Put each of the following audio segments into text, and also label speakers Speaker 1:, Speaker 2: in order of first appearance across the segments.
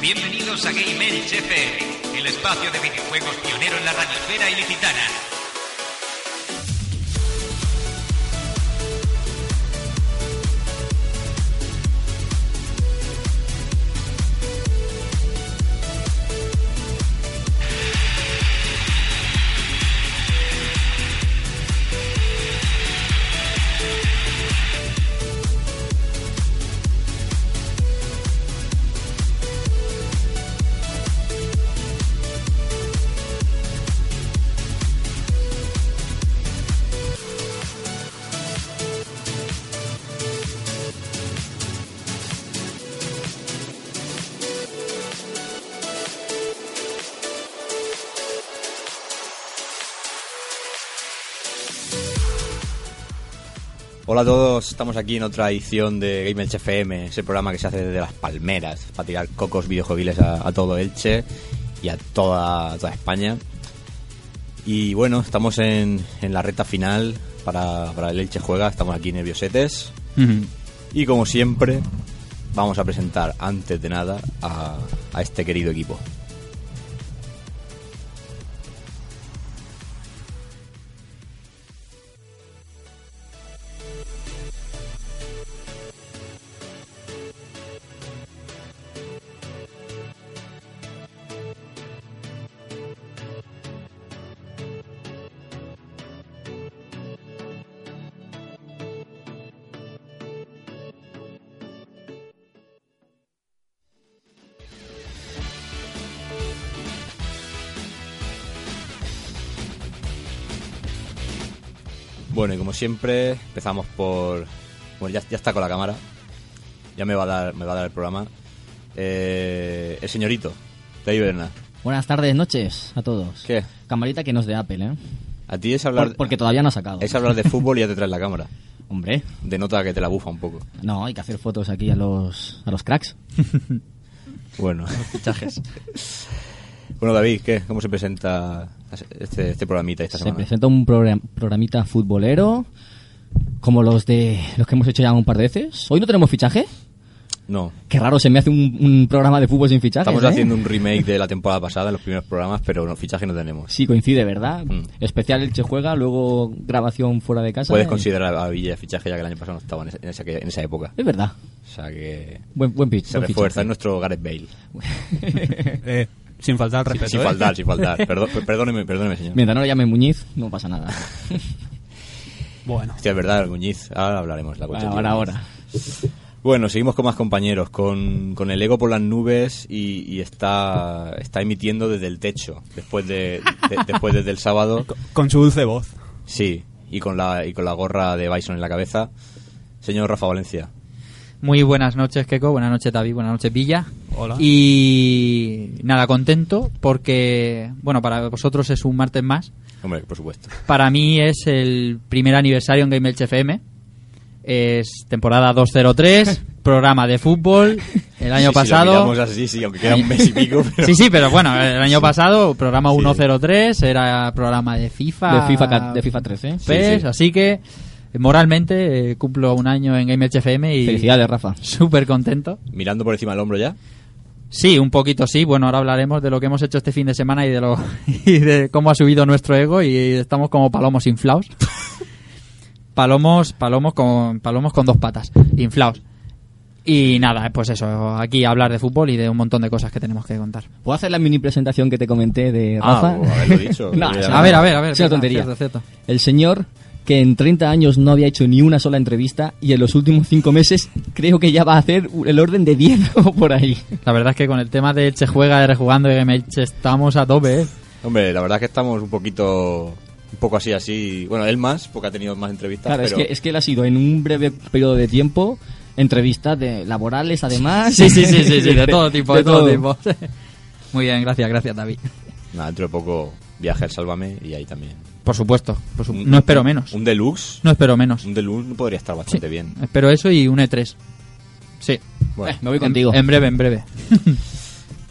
Speaker 1: Bienvenidos a Game Edge FM, el espacio de videojuegos pionero en la radiosfera ilicitana.
Speaker 2: Hola a todos, estamos aquí en otra edición de Game Elche FM, ese programa que se hace desde las palmeras para tirar cocos videojuegiles a, a todo Elche y a toda, a toda España. Y bueno, estamos en, en la recta final para, para el Elche Juega, estamos aquí nerviosetes. Y como siempre, vamos a presentar antes de nada a, a este querido equipo. Bueno, y como siempre, empezamos por. Bueno, ya, ya está con la cámara. Ya me va a dar, me va a dar el programa. Eh, el señorito, David Bernal.
Speaker 3: Buenas tardes, noches a todos.
Speaker 2: ¿Qué?
Speaker 3: Camarita que no es de Apple, ¿eh?
Speaker 2: A ti es
Speaker 3: Por-
Speaker 2: hablar.
Speaker 3: porque todavía no ha sacado.
Speaker 2: Es hablar de fútbol y ya te traes la cámara.
Speaker 3: Hombre,
Speaker 2: Denota que te la bufa un poco.
Speaker 3: no, hay que hacer fotos aquí a los, a los cracks.
Speaker 2: Bueno. Fichajes. bueno, David, ¿qué? ¿Cómo se presenta este, este programita esta
Speaker 3: Se
Speaker 2: semana?
Speaker 3: presenta un program- programita futbolero, como los de los que hemos hecho ya un par de veces. Hoy no tenemos fichaje.
Speaker 2: No.
Speaker 3: Qué raro, se me hace un, un programa de fútbol sin ¿eh? fichaje.
Speaker 2: Estamos haciendo un remake de la temporada pasada en los primeros programas, pero no, fichaje no tenemos.
Speaker 3: Sí, coincide, ¿verdad?
Speaker 2: Mm.
Speaker 3: Especial Elche juega, luego grabación fuera de casa.
Speaker 2: Puedes
Speaker 3: eh.
Speaker 2: considerar a Villa de fichaje ya que el año pasado no estaba en esa- en esa, en esa época.
Speaker 3: Es verdad.
Speaker 2: O sea que
Speaker 3: Buen, buen pitch.
Speaker 2: se refuerza, es nuestro Gareth Bale.
Speaker 4: Eh, sin faltar al respeto.
Speaker 2: Sin
Speaker 4: ¿eh?
Speaker 2: faltar, sin faltar. Perdón- perdóneme, perdóneme, señor.
Speaker 3: Mientras no le llame Muñiz, no pasa nada.
Speaker 4: Bueno,
Speaker 2: Hostia, es verdad, Muñiz. Ahora hablaremos la cuestión.
Speaker 3: ahora, ahora.
Speaker 2: Bueno, seguimos con más compañeros, con, con el ego por las nubes y, y está, está emitiendo desde el techo, después de, de- después desde el sábado,
Speaker 4: con su dulce voz.
Speaker 2: sí, y con la y con la gorra de Bison en la cabeza. Señor Rafa Valencia.
Speaker 5: Muy buenas noches, Keiko. Buenas noches, David. Buenas noches, Villa.
Speaker 4: Hola.
Speaker 5: Y nada, contento porque, bueno, para vosotros es un martes más.
Speaker 2: Hombre, por supuesto.
Speaker 5: Para mí es el primer aniversario en Game Elche FM. Es temporada 203, programa de fútbol. El año
Speaker 2: Sí, Si lo
Speaker 5: pasado.
Speaker 2: miramos así, sí, aunque queda un mes y pico. Pero...
Speaker 5: Sí, sí, pero bueno, el año pasado, programa
Speaker 2: Sí.
Speaker 5: 103, era programa de FIFA.
Speaker 3: De FIFA, ca- de FIFA ¿eh? 13.
Speaker 5: PES, así que moralmente eh, cumplo un año en Game Elche FM y.
Speaker 3: Felicidades, Rafa.
Speaker 5: Súper contento.
Speaker 2: Mirando por encima del hombro ya.
Speaker 5: Sí, un poquito sí. Bueno, ahora hablaremos de lo que hemos hecho este fin de semana y de lo y de cómo ha subido nuestro ego y estamos como palomos inflados. palomos, palomos con palomos con dos patas, inflados. Y nada, pues eso, aquí hablar de fútbol y de un montón de cosas que tenemos que contar.
Speaker 3: ¿Puedo hacer la mini presentación que te comenté de
Speaker 2: Ah,
Speaker 3: Rafa?
Speaker 2: bueno, haberlo dicho.
Speaker 3: no,
Speaker 2: Ya,
Speaker 3: es
Speaker 2: ya.
Speaker 3: una-
Speaker 5: A ver, a ver, a ver,
Speaker 3: Es una
Speaker 5: venga,
Speaker 3: tontería.
Speaker 5: cierto, cierto.
Speaker 3: El señor que en 30 años no había hecho ni una sola entrevista y en los últimos 5 meses creo que ya va a hacer el orden de 10 o por ahí.
Speaker 5: La verdad es que con el tema de Elche juega, de rejugando y de Elche estamos a tope, ¿eh?
Speaker 2: Hombre, la verdad es que estamos un poquito. Un poco así, así. Bueno, él más, porque ha tenido más entrevistas.
Speaker 3: Claro, es,
Speaker 2: pero...
Speaker 3: que, es que él ha sido en un breve periodo de tiempo entrevistas de laborales además.
Speaker 5: Sí, sí, sí, sí, sí, de todo tipo, de,
Speaker 3: todo.
Speaker 5: todo tipo. Muy bien, gracias, gracias, David.
Speaker 2: Nada, dentro de poco Viaje al Sálvame y ahí también.
Speaker 5: Por supuesto. por su-
Speaker 2: Un-
Speaker 5: no espero menos.
Speaker 2: Un deluxe.
Speaker 5: No espero menos.
Speaker 2: Un deluxe podría estar bastante
Speaker 5: Sí,
Speaker 2: bien.
Speaker 5: Espero eso y un E3. Sí.
Speaker 2: Bueno.
Speaker 3: me voy contigo.
Speaker 5: En, en breve, en breve.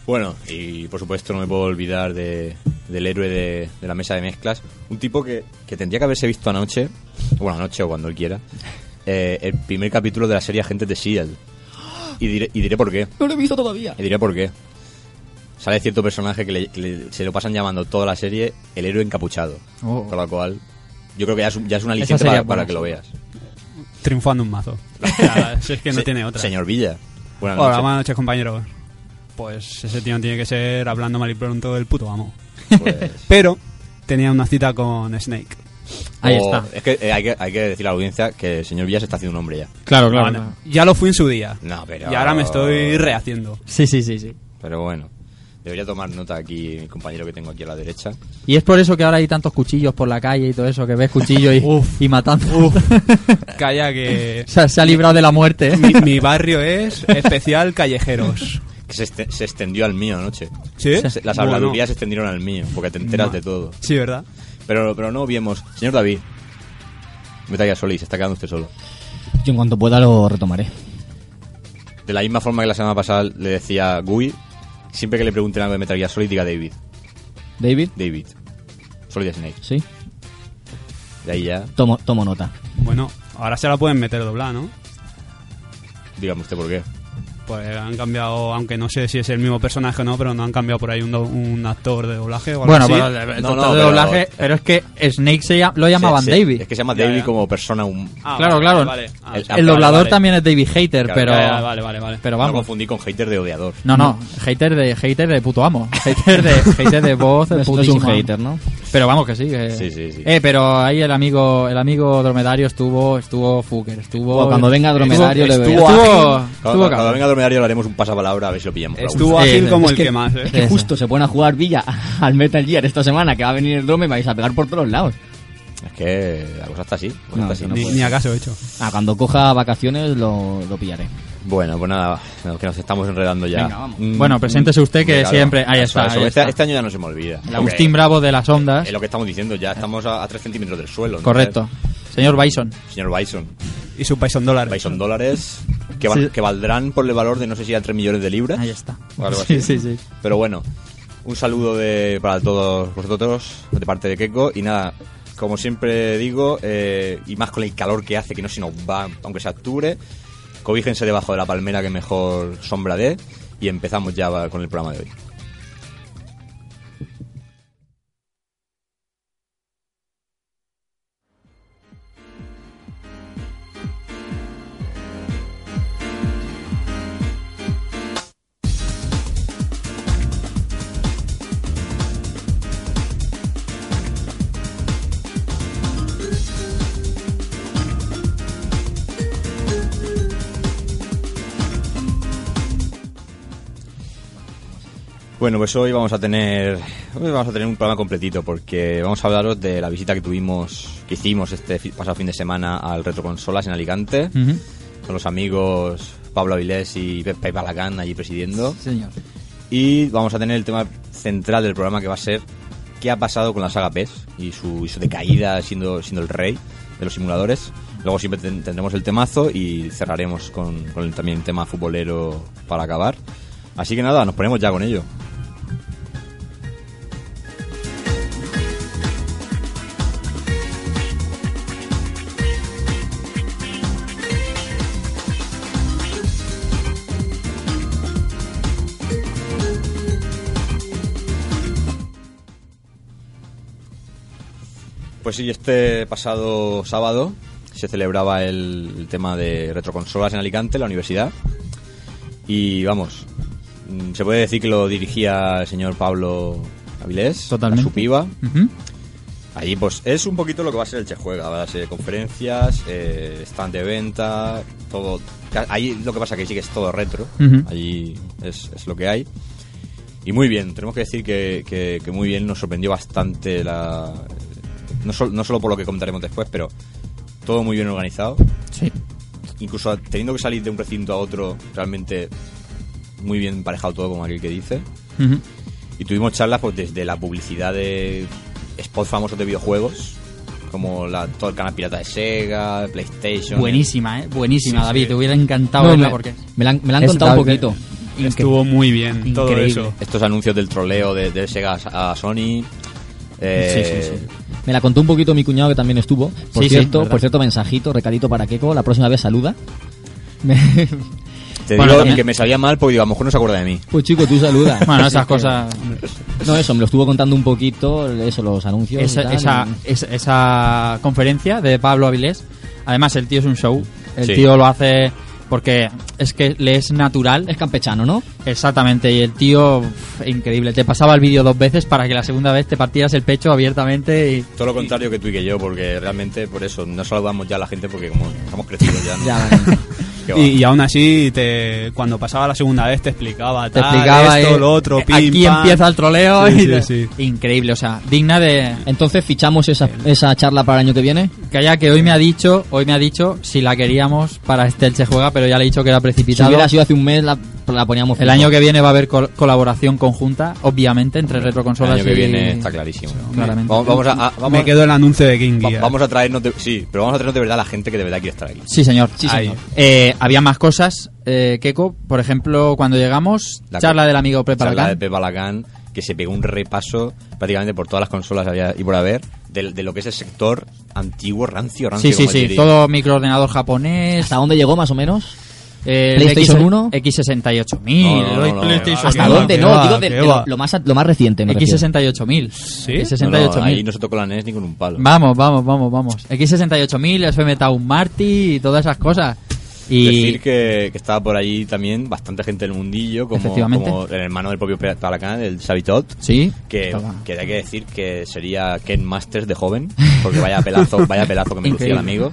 Speaker 2: Bueno, y por supuesto no me puedo olvidar de- del héroe de, de la mesa de mezclas. Un tipo que, que tendría que haberse visto anoche, bueno, anoche o cuando él quiera, eh, el primer capítulo de la serie Agentes de Shield. E Y diré, y diré por qué.
Speaker 3: No lo he visto todavía.
Speaker 2: Y diré por qué. Sale cierto personaje que, le- que le- se lo pasan llamando toda la serie el héroe encapuchado.
Speaker 5: Oh.
Speaker 2: Con lo cual, yo creo que ya es, un- ya es una licencia
Speaker 5: sería
Speaker 2: para, para
Speaker 5: buena,
Speaker 2: que lo
Speaker 5: sí.
Speaker 2: veas.
Speaker 4: Triunfando un mazo. O sea, si es que no
Speaker 2: Se-
Speaker 4: tiene otra.
Speaker 2: Señor Villa. Buenas
Speaker 4: Hola,
Speaker 2: noches.
Speaker 4: buenas noches, compañeros. Pues ese tío tiene que ser, hablando mal y pronto, el puto amo.
Speaker 2: Pues-
Speaker 4: Pero tenía una cita con Snake.
Speaker 5: Ahí
Speaker 2: o-
Speaker 5: está.
Speaker 2: Es que eh, hay, que hay que decir a la audiencia que el señor Villa se está haciendo un hombre ya.
Speaker 5: Claro, claro.
Speaker 4: Bueno, ya lo fui en su día.
Speaker 2: Ah, No, pero-
Speaker 4: Y ahora me estoy rehaciendo.
Speaker 5: Sí, sí, sí, sí.
Speaker 2: Pero bueno, debería tomar nota aquí mi compañero que tengo aquí a la derecha.
Speaker 5: Y es por eso que ahora hay tantos cuchillos por la calle y todo eso, que ves cuchillos y,
Speaker 4: Uf.
Speaker 5: y matando.
Speaker 4: Calla que...
Speaker 5: se, ha- se ha librado de la muerte, ¿eh?
Speaker 4: mi, mi barrio es especial callejeros.
Speaker 2: Que se, este- se extendió al mío anoche.
Speaker 4: ¿Sí?
Speaker 2: Se- Las
Speaker 4: Bueno.
Speaker 2: habladurías se extendieron al mío, porque te enteras
Speaker 4: Ma-
Speaker 2: de todo.
Speaker 4: Sí, ¿verdad?
Speaker 2: Pero, pero no vimos. Señor David, me traiga Solís, está quedando usted solo.
Speaker 3: Yo en cuanto pueda lo retomaré.
Speaker 2: De la misma forma que la semana pasada le decía Gui, siempre que le pregunten algo de Metal Gear Solid, diga David.
Speaker 3: David,
Speaker 2: David. Solid Snake.
Speaker 3: sí.
Speaker 2: De ahí ya,
Speaker 3: Tomo, tomo nota.
Speaker 4: Bueno, ahora se la pueden meter doblada, ¿no?
Speaker 2: dígame usted por qué.
Speaker 4: Pues han cambiado, aunque no sé si es el mismo personaje o no, pero no han cambiado por ahí un, do- un actor de doblaje o algo
Speaker 5: Bueno,
Speaker 4: así.
Speaker 5: pero, el
Speaker 2: No,
Speaker 5: doctor
Speaker 2: no,
Speaker 5: de
Speaker 2: pero-
Speaker 5: doblaje, pero, es que Snake se llam- lo llamaban
Speaker 2: Sí, sí,
Speaker 5: David.
Speaker 2: Es que se llama
Speaker 4: Ya,
Speaker 2: David
Speaker 4: ya.
Speaker 2: como persona un...
Speaker 4: Ah,
Speaker 5: claro,
Speaker 4: vale,
Speaker 5: claro.
Speaker 4: vale, vale. Ah,
Speaker 2: El-
Speaker 4: sí.
Speaker 5: El
Speaker 2: vale,
Speaker 5: doblador
Speaker 2: vale.
Speaker 5: también es David Hater,
Speaker 2: Claro,
Speaker 5: pero,
Speaker 4: Ya, ya, vale, vale, vale.
Speaker 5: pero
Speaker 2: Lo
Speaker 5: vamos.
Speaker 2: Ah, confundí con hater de odiador.
Speaker 5: No, no, hater de hater de puto amo. Hater de, hater de voz, de
Speaker 3: Esto es
Speaker 5: putísimo
Speaker 3: un
Speaker 5: amo.
Speaker 3: hater, ¿no?
Speaker 5: Pero vamos que sí. que-
Speaker 2: Sí, sí, sí.
Speaker 5: Eh, pero ahí el amigo, el amigo dromedario estuvo, estuvo fucker, estuvo.
Speaker 3: Bueno, cuando venga dromedario
Speaker 5: estuvo,
Speaker 3: le
Speaker 5: estuvo,
Speaker 3: veré.
Speaker 5: estuvo,
Speaker 2: Cuando, cuando
Speaker 5: cabrón.
Speaker 2: venga a Dromedario le haremos un pasapalabra a ver si lo pillamos. por algún
Speaker 4: Estuvo
Speaker 5: Eh,
Speaker 4: ágil
Speaker 5: no,
Speaker 4: como
Speaker 5: es
Speaker 4: el
Speaker 5: que-
Speaker 4: que, más, ¿eh?
Speaker 3: Es que
Speaker 5: Esa.
Speaker 3: justo se ponen a jugar Villa al Metal Gear esta semana, que va a venir el drone y vais a pegar por todos lados.
Speaker 2: Es que la cosa está así. la cosa
Speaker 3: No,
Speaker 2: está
Speaker 3: eso
Speaker 2: así.
Speaker 3: no
Speaker 4: ni,
Speaker 3: puede
Speaker 4: ni
Speaker 3: ser.
Speaker 4: acaso he hecho.
Speaker 3: Ah, cuando coja vacaciones lo, lo pillaré.
Speaker 2: Bueno, pues nada, no, que nos estamos enredando ya. Mm,
Speaker 3: Venga, vamos.
Speaker 5: Bueno, preséntese usted, que siempre- ahí
Speaker 2: Eso,
Speaker 5: está,
Speaker 2: eso.
Speaker 5: ahí
Speaker 2: este,
Speaker 5: está.
Speaker 2: este año ya no se me olvida.
Speaker 5: El
Speaker 2: Porque
Speaker 5: Agustín Bravo de las ondas.
Speaker 2: Es lo que estamos diciendo, ya estamos a, a 3 centímetros del suelo. entonces,
Speaker 5: Correcto. Señor Bison.
Speaker 2: Señor Bison.
Speaker 4: Y sus Bison dólares.
Speaker 2: Bison dólares que, val-
Speaker 5: Sí.
Speaker 2: que valdrán por el valor de no sé si a 3 millones de libras.
Speaker 5: Ahí está.
Speaker 2: o algo
Speaker 5: Sí,
Speaker 2: así.
Speaker 5: sí, sí.
Speaker 2: Pero bueno, un saludo de, para todos vosotros de parte de Keiko. Y nada, como siempre digo, eh, y más con el calor que hace, que no se nos va, aunque sea octubre, cobíjense debajo de la palmera que mejor sombra dé. Y empezamos ya va- con el programa de hoy. Bueno, pues hoy vamos a tener hoy vamos a tener un programa completito porque vamos a hablaros de la visita que tuvimos, que hicimos este fi- pasado fin de semana al Retroconsolas en Alicante
Speaker 5: Ujú.
Speaker 2: con los amigos Pablo Avilés y Pepe Balagán allí presidiendo.
Speaker 5: Señor.
Speaker 2: Y vamos a tener el tema central del programa que va a ser qué ha pasado con la saga PES y su, y su decaída siendo, siendo el rey de los simuladores. Luego siempre ten- tendremos el temazo y cerraremos con, con el- también el tema futbolero para acabar. Así que nada, nos ponemos ya con ello. Pues sí, este pasado sábado se celebraba el, el tema de retroconsolas en Alicante, en la universidad. Y vamos, mm, se puede decir que lo dirigía el señor Pablo Avilés,
Speaker 5: Totalmente.
Speaker 2: la Supiva.
Speaker 5: Ujú.
Speaker 2: Allí pues es un poquito lo que va a ser el Che Juega, va a ser conferencias, eh, stand de venta, todo... ca- Ahí lo que pasa que sí que es todo retro,
Speaker 5: Ujú.
Speaker 2: allí es, es lo que hay. Y muy bien, tenemos que decir que, que- que muy bien nos sorprendió bastante la... No, sol- no solo por lo que comentaremos después, pero todo muy bien organizado.
Speaker 5: Sí.
Speaker 2: Incluso teniendo que salir de un recinto a otro, realmente muy bien emparejado todo como aquel que dice.
Speaker 5: Ujú.
Speaker 2: Y tuvimos charlas pues desde la publicidad de spot famosos de videojuegos, como la, todo el canal pirata de Sega, de PlayStation.
Speaker 5: Buenísima, ¿eh? Buenísima,
Speaker 4: Sí,
Speaker 5: David.
Speaker 4: sí.
Speaker 5: Te hubiera encantado
Speaker 3: No,
Speaker 5: verla
Speaker 3: me,
Speaker 5: porque...
Speaker 3: me la han, me la han
Speaker 5: Es
Speaker 3: contado un
Speaker 5: Dark-
Speaker 3: poquito.
Speaker 4: Estuvo muy bien todo
Speaker 5: Increíble.
Speaker 4: eso.
Speaker 2: Estos anuncios del troleo de, de Sega a a Sony. eh,
Speaker 4: Sí, sí, sí.
Speaker 3: Me la contó un poquito mi cuñado que también estuvo. Por
Speaker 5: Sí, sí,
Speaker 3: cierto,
Speaker 5: verdad.
Speaker 3: por cierto, mensajito, recadito para Keiko. La próxima vez saluda.
Speaker 2: Te
Speaker 5: Bueno,
Speaker 2: digo
Speaker 5: también-
Speaker 2: que me salía mal porque digo, a lo mejor no se acuerda de mí.
Speaker 3: Pues chico, tú saluda.
Speaker 5: Bueno,
Speaker 3: Así
Speaker 5: esas
Speaker 3: que-
Speaker 5: cosas...
Speaker 3: No, eso, me lo estuvo contando un poquito, eso, los anuncios. y
Speaker 5: Esa,
Speaker 3: tal,
Speaker 5: esa, esa, esa conferencia de Pablo Avilés. Además, el tío es un show. El
Speaker 2: Sí.
Speaker 5: tío lo hace porque es que le es natural.
Speaker 3: y- Es campechano, ¿no?
Speaker 5: Exactamente, y el tío, uf, increíble. Te pasaba el vídeo dos veces para que la segunda vez te partieras el pecho abiertamente y.
Speaker 2: Todo lo contrario que tú y que yo, porque realmente por eso no saludamos ya a la gente porque como estamos crecidos ya. ¿no?
Speaker 3: Ya, vale.
Speaker 2: Qué va.
Speaker 4: Y, y aún así, te, cuando pasaba la segunda vez, te explicaba,
Speaker 5: Te
Speaker 4: tal,
Speaker 5: explicaba
Speaker 4: Ah, esto,
Speaker 5: y-
Speaker 4: lo otro,
Speaker 5: eh,
Speaker 4: pim,
Speaker 5: Aquí
Speaker 4: pam.
Speaker 5: empieza el troleo
Speaker 4: Sí,
Speaker 5: y
Speaker 4: sí,
Speaker 5: te-
Speaker 4: sí.
Speaker 5: increíble, o sea, digna de
Speaker 3: Entonces, ¿fichamos esa, esa charla para el año que viene?
Speaker 5: calla que hoy me ha dicho, hoy me ha dicho si la queríamos para este Elche juega, pero ya le he dicho que era
Speaker 3: Si
Speaker 5: precipitado.
Speaker 3: hubiera sido hace un mes, la, la poníamos
Speaker 5: el
Speaker 3: fijo.
Speaker 5: año que viene va a haber col- colaboración conjunta, obviamente, entre
Speaker 2: el
Speaker 5: retroconsolas
Speaker 2: año que
Speaker 5: y-
Speaker 2: viene está clarísimo.
Speaker 5: Claramente.
Speaker 2: Vamos, vamos a, a- vamos,
Speaker 4: Me quedó el anuncio de King
Speaker 2: va-
Speaker 4: Gear.
Speaker 2: vamos a traernos de, sí, pero vamos a traernos de verdad a la gente que de verdad quiere estar aquí.
Speaker 5: Sí, señor.
Speaker 3: Sí, señor.
Speaker 5: Ahí. Eh, había más cosas, eh, Keiko. Por ejemplo, cuando llegamos,
Speaker 2: La
Speaker 5: charla
Speaker 2: co-
Speaker 5: del amigo
Speaker 2: Charla de
Speaker 5: Preparacán.
Speaker 2: Pep Alacán, que se pegó un repaso prácticamente por todas las consolas había y por haber de, de lo que es el sector antiguo, rancio, rancio.
Speaker 5: Sí, sí,
Speaker 2: como
Speaker 5: sí.
Speaker 2: diría.
Speaker 5: Todo microordenador japonés.
Speaker 3: ¿Hasta dónde llegó, más o menos?
Speaker 5: eh,
Speaker 3: PlayStation
Speaker 5: X-
Speaker 3: 1.
Speaker 5: X68000.
Speaker 2: No, no, no, no.
Speaker 4: PlayStation
Speaker 5: ¿Hasta
Speaker 3: ¿Hasta
Speaker 4: va,
Speaker 3: dónde?
Speaker 5: dónde?
Speaker 4: que
Speaker 3: No,
Speaker 4: va,
Speaker 3: digo de-
Speaker 4: que
Speaker 3: de
Speaker 4: va.
Speaker 3: lo, lo más, lo más reciente, me refiero.
Speaker 5: X68000.
Speaker 4: ¿Sí?
Speaker 2: No, no, ahí
Speaker 5: X68000.
Speaker 2: no se tocó la NES ni con un palo.
Speaker 5: Vamos, vamos, vamos, vamos. X68000, FM Town Marty y todas esas cosas. Y
Speaker 2: Decir que, que estaba por ahí también bastante gente del mundillo, como,
Speaker 5: Efectivamente.
Speaker 2: como el hermano del propio Pep Alacán, el Sabitot.
Speaker 5: sí,
Speaker 2: Que,
Speaker 5: estaba-
Speaker 2: que hay que decir que sería Ken Masters de joven, porque vaya pelazo, vaya pelazo que me lucía el
Speaker 5: Increíble.
Speaker 2: amigo.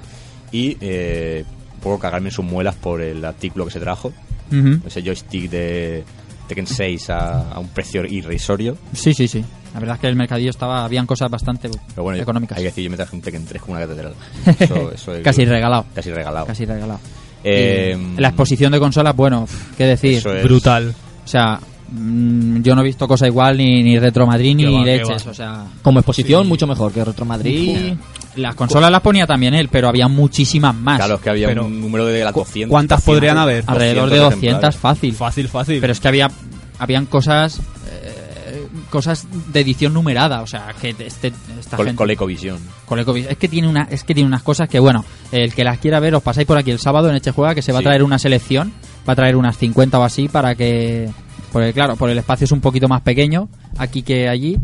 Speaker 2: Y eh, puedo cagarme en sus muelas por el artículo que se trajo,
Speaker 5: Ujú.
Speaker 2: ese joystick de Tekken 6 a, a un precio irrisorio.
Speaker 5: Sí, sí, sí. La verdad es que el mercadillo estaba, habían cosas bastante
Speaker 2: Pero bueno,
Speaker 5: económicas.
Speaker 2: hay que decir, yo me traje un Tekken 3 como una catedral. Eso- eso es-
Speaker 5: Casi regalado.
Speaker 2: Casi regalado.
Speaker 5: Casi regalado.
Speaker 2: Eh,
Speaker 5: Y la exposición de consolas, bueno, pf, qué decir.
Speaker 2: Eso es.
Speaker 4: Brutal.
Speaker 5: O sea, mm, yo no he visto cosa igual ni, ni Retro Madrid
Speaker 4: Qué
Speaker 5: ni
Speaker 4: va, qué
Speaker 5: leches.
Speaker 4: va.
Speaker 5: O sea,
Speaker 3: Como exposición, mucho mejor que Retro Madrid.
Speaker 5: las consolas las ponía también él, pero había muchísimas más.
Speaker 2: Claro, es que había
Speaker 4: Pero,
Speaker 2: un número de las
Speaker 4: ¿cu-
Speaker 2: 200.
Speaker 4: cuántas podrían haber?
Speaker 5: Alrededor de 200
Speaker 2: ejemplares.
Speaker 5: fácil.
Speaker 4: Fácil, fácil.
Speaker 5: Pero es que había habían cosas eh, cosas de edición numerada, o sea, que este, esta
Speaker 2: Col-
Speaker 5: gente
Speaker 2: ColecoVision.
Speaker 5: ColecoVision. Es que tiene una, es que tiene unas cosas que bueno, el que las quiera ver os pasáis por aquí el sábado en Eche Juega que se va a
Speaker 2: Sí.
Speaker 5: traer una selección, va a traer unas 50 o así para que porque claro, por el espacio es un poquito más pequeño aquí que allí,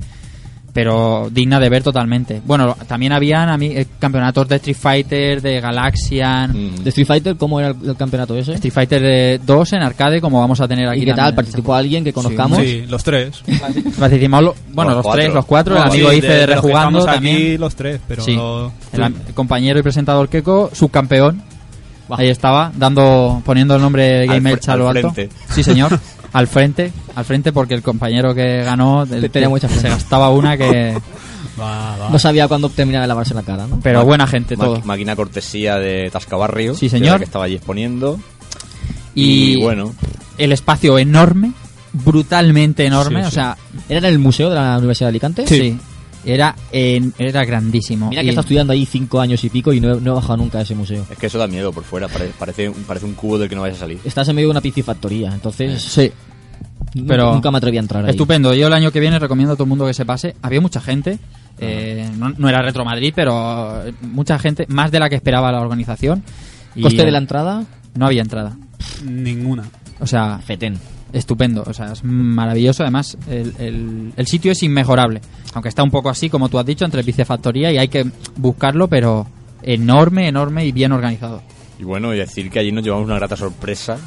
Speaker 5: pero digna de ver totalmente. Bueno, lo- también habían a mí, eh, campeonatos de Street Fighter, de Galaxian,
Speaker 2: Mm.
Speaker 3: ¿De Street Fighter cómo era el, el campeonato ese?
Speaker 5: Street Fighter eh, 2 en arcade como vamos a tener aquí
Speaker 3: ¿Y qué
Speaker 5: también
Speaker 3: tal?
Speaker 5: en
Speaker 3: ¿Participó alguien que conozcamos?
Speaker 4: Sí, los tres.
Speaker 5: Participamos lo- bueno,
Speaker 2: Los
Speaker 5: los
Speaker 2: cuatro.
Speaker 5: tres, los cuatro, el
Speaker 4: Bueno,
Speaker 5: amigo
Speaker 4: sí,
Speaker 5: Ife
Speaker 4: de-
Speaker 5: de
Speaker 4: de los que
Speaker 5: rejugando
Speaker 4: estamos
Speaker 5: también.
Speaker 4: aquí los tres, pero
Speaker 5: Sí.
Speaker 4: no-
Speaker 5: El am- el compañero y presentador Keiko, subcampeón.
Speaker 3: Guau.
Speaker 5: Ahí estaba, dando, poniendo el nombre de
Speaker 2: Al
Speaker 5: Game
Speaker 2: fr-
Speaker 5: Elche a lo
Speaker 2: al
Speaker 5: alto.
Speaker 2: frente.
Speaker 5: Sí, señor. Al frente, al frente, porque el compañero que ganó el-
Speaker 3: Tenía mucha
Speaker 5: se
Speaker 3: frente.
Speaker 5: gastaba una que.
Speaker 4: Va, va.
Speaker 3: No sabía cuándo terminaba de lavarse la cara, ¿no?
Speaker 5: Pero buena gente,
Speaker 2: Ma-
Speaker 5: todo.
Speaker 2: Máquina cortesía de Tascabarrio.
Speaker 5: Sí,
Speaker 2: que era
Speaker 5: señor.
Speaker 2: la Que estaba allí exponiendo.
Speaker 5: Y,
Speaker 2: bueno,
Speaker 5: el espacio enorme, brutalmente enorme,
Speaker 4: Sí,
Speaker 5: o
Speaker 4: sí.
Speaker 5: sea,
Speaker 3: ¿Era en el museo de la Universidad de Alicante?
Speaker 5: sí. Era, en- era grandísimo.
Speaker 3: Mira
Speaker 5: Y-
Speaker 3: que está estudiando ahí cinco años y pico y no he, no he bajado nunca a ese museo.
Speaker 2: es que eso da miedo por fuera. pare- Parece, un- parece un cubo del que no vayas a salir.
Speaker 3: Estás en medio de una piscifactoría, entonces
Speaker 5: Sí,
Speaker 3: nu-
Speaker 5: pero-
Speaker 3: nunca me atreví a entrar ahí.
Speaker 5: Estupendo. Yo el año que viene recomiendo a todo el mundo que se pase. Había mucha gente. eh, no, no era Retro Madrid, pero eh, mucha gente, más de la que esperaba la organización. Y,
Speaker 3: ¿Coste de la
Speaker 5: eh,
Speaker 3: entrada?
Speaker 5: No había entrada.
Speaker 4: Ninguna.
Speaker 5: O sea,
Speaker 3: Fetén.
Speaker 5: estupendo. O sea, es maravilloso. Además, el, el- el sitio es inmejorable. Aunque está un poco así, como tú has dicho, entre Vicefactoría y hay que buscarlo, pero enorme, enorme y bien organizado.
Speaker 2: Y bueno, y decir que allí nos llevamos una grata sorpresa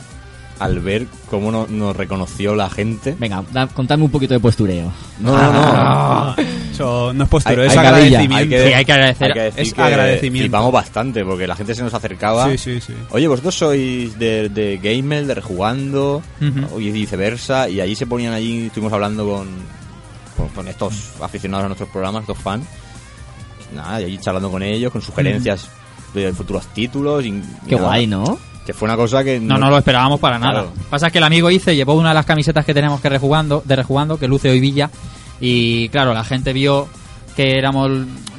Speaker 2: al ver cómo no- nos reconoció la gente. Ah,
Speaker 3: Venga, da- contadme un poquito de postureo.
Speaker 2: No, no, no.
Speaker 4: Eso no es postura,
Speaker 2: Hay-
Speaker 4: es
Speaker 2: hay que-
Speaker 4: agradecimiento.
Speaker 2: hay
Speaker 5: Ah, Sí, hay que agradecer.
Speaker 2: decir
Speaker 4: Es
Speaker 2: que
Speaker 4: agradecimiento.
Speaker 2: Flipamos bastante porque la gente se nos acercaba.
Speaker 4: Sí, sí, sí.
Speaker 2: Oye, vosotros sois de, de Gamel, de Rejugando,
Speaker 5: Ujú.
Speaker 2: y viceversa, y allí se ponían allí, estuvimos hablando con, con, con estos aficionados a nuestros programas, estos fans, nada, y allí charlando con ellos, con sugerencias de futuros títulos. Y, y
Speaker 3: Qué
Speaker 2: nada,
Speaker 3: guay, ¿no?
Speaker 2: Que fue una cosa que...
Speaker 5: No, no lo esperábamos para nada.
Speaker 2: Claro.
Speaker 5: Pasa que el amigo Ice llevó una de las camisetas que tenemos que rejugando, de rejugando, que luce hoy Villa. Y claro, la gente vio que éramos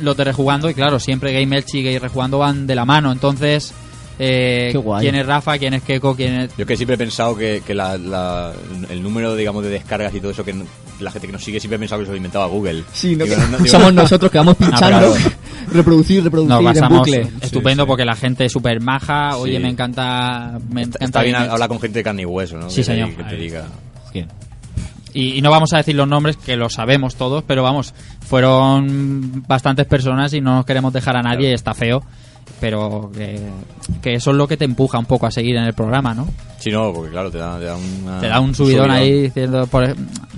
Speaker 5: los de rejugando y claro, siempre Gay Melchi y Gay rejugando van de la mano, entonces eh,
Speaker 3: Qué guay.
Speaker 5: quién es Rafa, quién es Keiko, quién es...
Speaker 2: Yo que siempre he pensado que, que la- la- el número, digamos, de descargas y todo eso que n- la gente que nos sigue siempre he pensado que se lo inventaba Google.
Speaker 3: Sí, no,
Speaker 2: Digo,
Speaker 3: que
Speaker 2: no, no, digo,
Speaker 3: somos nosotros que vamos pinchando,
Speaker 5: Ah,
Speaker 3: reproducir, reproducir
Speaker 5: Nos
Speaker 3: en
Speaker 5: basamos
Speaker 3: bucle.
Speaker 5: estupendo porque la gente es súper maja, oye,
Speaker 2: Sí.
Speaker 5: me encanta... Me encanta
Speaker 2: Está bien
Speaker 5: Gay Melchi.
Speaker 2: hablar con gente de carne y hueso, ¿no?
Speaker 5: Sí,
Speaker 2: Que-
Speaker 5: señor.
Speaker 2: Que te
Speaker 5: Ahí
Speaker 2: diga.
Speaker 5: y, y no vamos a decir los nombres, que lo sabemos todos, pero vamos, fueron bastantes personas y no nos queremos dejar a nadie, está feo, pero que, que eso es lo que te empuja un poco a seguir en el programa, ¿no?
Speaker 2: Sí, no, porque claro, te da, te da, una-
Speaker 5: te da un subidón, ahí diciendo, por-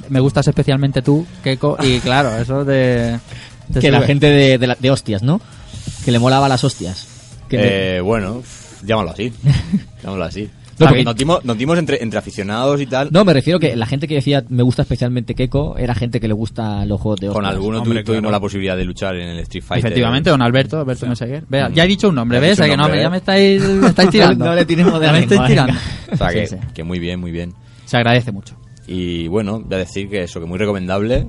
Speaker 5: me gustas especialmente tú, Keiko, y claro, eso de... te
Speaker 3: Que la
Speaker 5: sube.
Speaker 3: gente de, de la- de hostias, ¿no? Que le molaba las hostias. Que le-
Speaker 2: Eh, bueno, llámalo así. llámalo así.
Speaker 5: No,
Speaker 2: Porque
Speaker 5: porque-
Speaker 2: nos dimos, nos dimos entre, entre aficionados y tal.
Speaker 3: No, me refiero que la gente que decía me gusta especialmente Keiko era gente que le gusta los juegos de
Speaker 2: con
Speaker 3: hostias.
Speaker 2: alguno tu-
Speaker 4: Hombre,
Speaker 2: tuvimos
Speaker 4: claro.
Speaker 2: la posibilidad de luchar en el Street Fighter.
Speaker 5: Efectivamente, don Alberto, Alberto Meseguer. Vea,
Speaker 2: Mm.
Speaker 5: ya he dicho un nombre,
Speaker 2: Ya has
Speaker 5: ¿ves?
Speaker 2: dicho
Speaker 5: Es
Speaker 2: un
Speaker 5: que no,
Speaker 2: nombre,
Speaker 5: me-
Speaker 2: ¿eh?
Speaker 5: ya me estáis, me estáis tirando.
Speaker 3: No le tiremos de
Speaker 5: Ya
Speaker 3: la
Speaker 5: me estáis
Speaker 3: lengua,
Speaker 5: tirando.
Speaker 2: O sea, que,
Speaker 5: Sí, sí.
Speaker 2: que muy bien, muy bien.
Speaker 5: Se agradece mucho.
Speaker 2: Y bueno, voy a decir que eso, que muy recomendable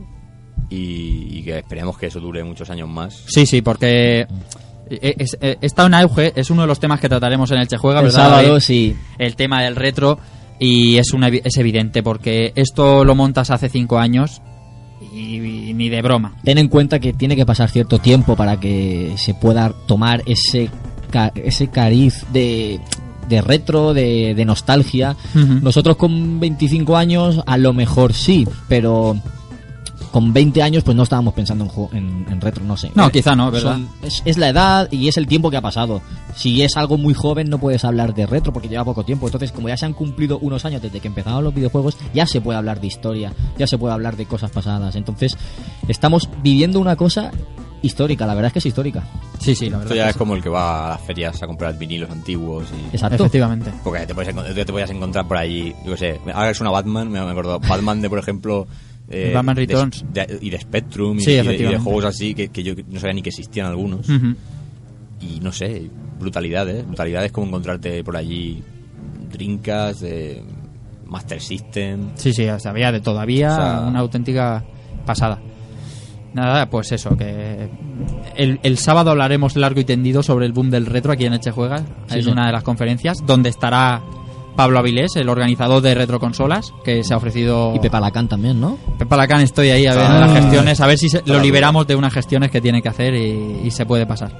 Speaker 2: y, y que esperemos que eso dure muchos años más.
Speaker 5: Sí, sí, porque eh, es- eh, está en auge, es uno de los temas que trataremos en el Che Juega,
Speaker 3: El
Speaker 5: ¿verdad?
Speaker 3: sábado,
Speaker 2: eh.
Speaker 5: David?
Speaker 3: sí.
Speaker 5: El tema del retro y es, una, evi- es evidente porque esto lo montas hace cinco años y, y ni de broma.
Speaker 3: Ten en cuenta que tiene que pasar cierto tiempo para que se pueda tomar ese, ca- ese cariz de, de retro, de, de nostalgia.
Speaker 5: Ujú.
Speaker 3: Nosotros con 25 años a lo mejor sí, pero con 20 años pues no estábamos pensando en, ju- en, en retro, no sé.
Speaker 5: No, quizá no, ¿verdad?
Speaker 3: Son- es, es la edad y es el tiempo que ha pasado. Si es algo muy joven no puedes hablar de retro porque lleva poco tiempo. Entonces, como ya se han cumplido unos años desde que empezaron los videojuegos, ya se puede hablar de historia, ya se puede hablar de cosas pasadas. Entonces, estamos viviendo una cosa histórica, la verdad es que es histórica.
Speaker 5: Sí, sí, la
Speaker 2: Esto
Speaker 5: verdad.
Speaker 2: ya
Speaker 5: que
Speaker 2: es
Speaker 5: sí.
Speaker 2: como el que va a las ferias a comprar vinilos antiguos y...
Speaker 3: Exacto.
Speaker 5: Efectivamente.
Speaker 2: Porque te puedes, encon- te podías encontrar por allí, yo qué sé, ahora es una Batman, me me acuerdo, Batman de, por ejemplo... eh,
Speaker 5: Batman
Speaker 2: de-
Speaker 5: Returns.
Speaker 2: de- y de Spectrum y,
Speaker 5: Sí,
Speaker 2: y de- y de,
Speaker 5: efectivamente.
Speaker 2: juegos así que, que yo no sabía ni que existían algunos.
Speaker 5: Ujú.
Speaker 2: Y no sé, brutalidades. Brutalidades como encontrarte por allí Drinkas, eh, Master System.
Speaker 5: Sí, sí, o sea, había de todavía
Speaker 2: O sea-
Speaker 5: una auténtica pasada. Nada, pues eso, que el, el sábado hablaremos largo y tendido sobre el boom del retro aquí en Eche Juega,
Speaker 3: Sí,
Speaker 5: es
Speaker 3: sí.
Speaker 5: una de las conferencias, donde estará Pablo Avilés, el organizador de Retroconsolas, que se ha ofrecido...
Speaker 3: Y Pepa Lacan también, ¿no?
Speaker 5: Pepa Lacan, estoy ahí a ver
Speaker 3: Ah.
Speaker 5: las gestiones, a ver si se- lo
Speaker 2: Para
Speaker 5: liberamos de unas gestiones que tiene que hacer y, y se puede pasar.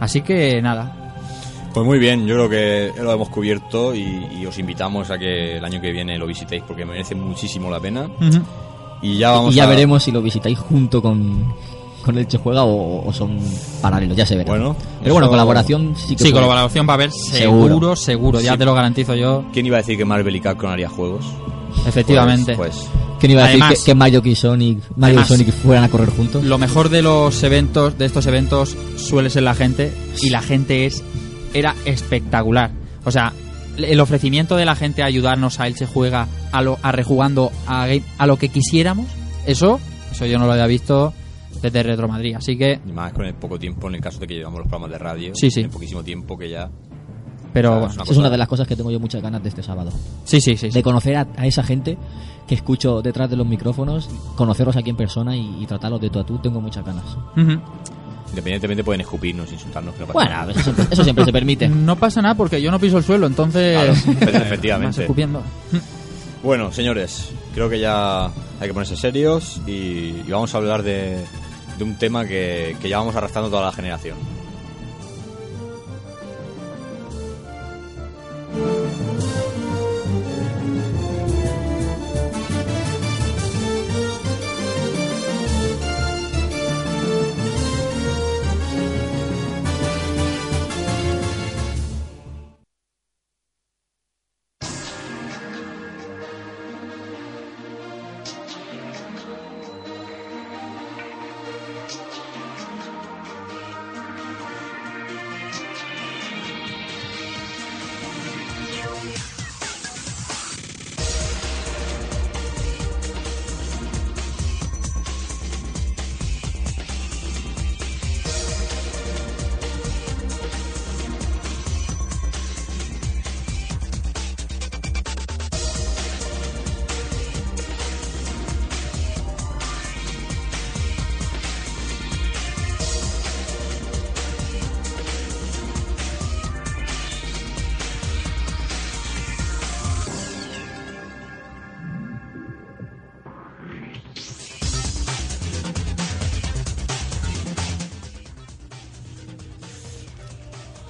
Speaker 5: Así que nada,
Speaker 2: Pues muy bien, yo creo que lo hemos cubierto y, y os invitamos a que el año que viene lo visitéis porque merece muchísimo la pena. Y ya vamos
Speaker 3: y ya
Speaker 2: a-
Speaker 3: veremos si lo visitáis junto con, con el Che Juega o, o son paralelos, ya se verá.
Speaker 2: Bueno,
Speaker 3: Pero bueno,
Speaker 2: eso-
Speaker 3: colaboración sí que
Speaker 5: sí,
Speaker 3: fue.
Speaker 5: colaboración va a haber seguro,
Speaker 3: Seguro.
Speaker 5: seguro, ya
Speaker 2: Sí.
Speaker 5: te lo garantizo yo,
Speaker 2: ¿Quién iba a decir que Marvel y Capcom haría juegos?
Speaker 5: efectivamente.
Speaker 2: Pues, pues,
Speaker 3: ¿Quién iba a decir
Speaker 5: Además-
Speaker 3: que, que Mario y Sonic, Mario
Speaker 5: Además-
Speaker 3: y Sonic fueran a correr juntos?
Speaker 5: Lo mejor de los eventos, de estos eventos, suele ser la gente. Y la gente es. Era espectacular. O sea, el ofrecimiento de la gente a ayudarnos a él se juega, a, lo, a rejugando a, game- a lo que quisiéramos, eso, eso yo no lo había visto desde Retro Madrid. Así que.
Speaker 2: y más con el poco tiempo en el caso de que llevamos los programas de radio.
Speaker 5: Sí, sí.
Speaker 2: En poquísimo tiempo que ya.
Speaker 5: Pero
Speaker 2: es
Speaker 5: bueno.
Speaker 2: una
Speaker 3: Esa es una
Speaker 2: cosa-
Speaker 3: de las cosas que tengo yo muchas ganas de este sábado.
Speaker 5: Sí, sí, sí. sí.
Speaker 3: De conocer a, a esa gente que escucho detrás de los micrófonos, conoceros aquí en persona y, y tratarlos de tú a tú, tengo muchas ganas.
Speaker 5: Ujú.
Speaker 2: Independientemente pueden escupirnos, insultarnos, que no pasa
Speaker 3: Bueno,
Speaker 2: nada.
Speaker 3: eso siempre, eso siempre se permite.
Speaker 5: No pasa nada porque yo no piso el suelo,
Speaker 2: Claro,
Speaker 5: entonces. Más
Speaker 2: efectivamente.
Speaker 5: escupiendo.
Speaker 2: Bueno, señores, creo que ya hay que ponerse serios y, y vamos a hablar de, de un tema que, que ya vamos arrastrando toda la generación.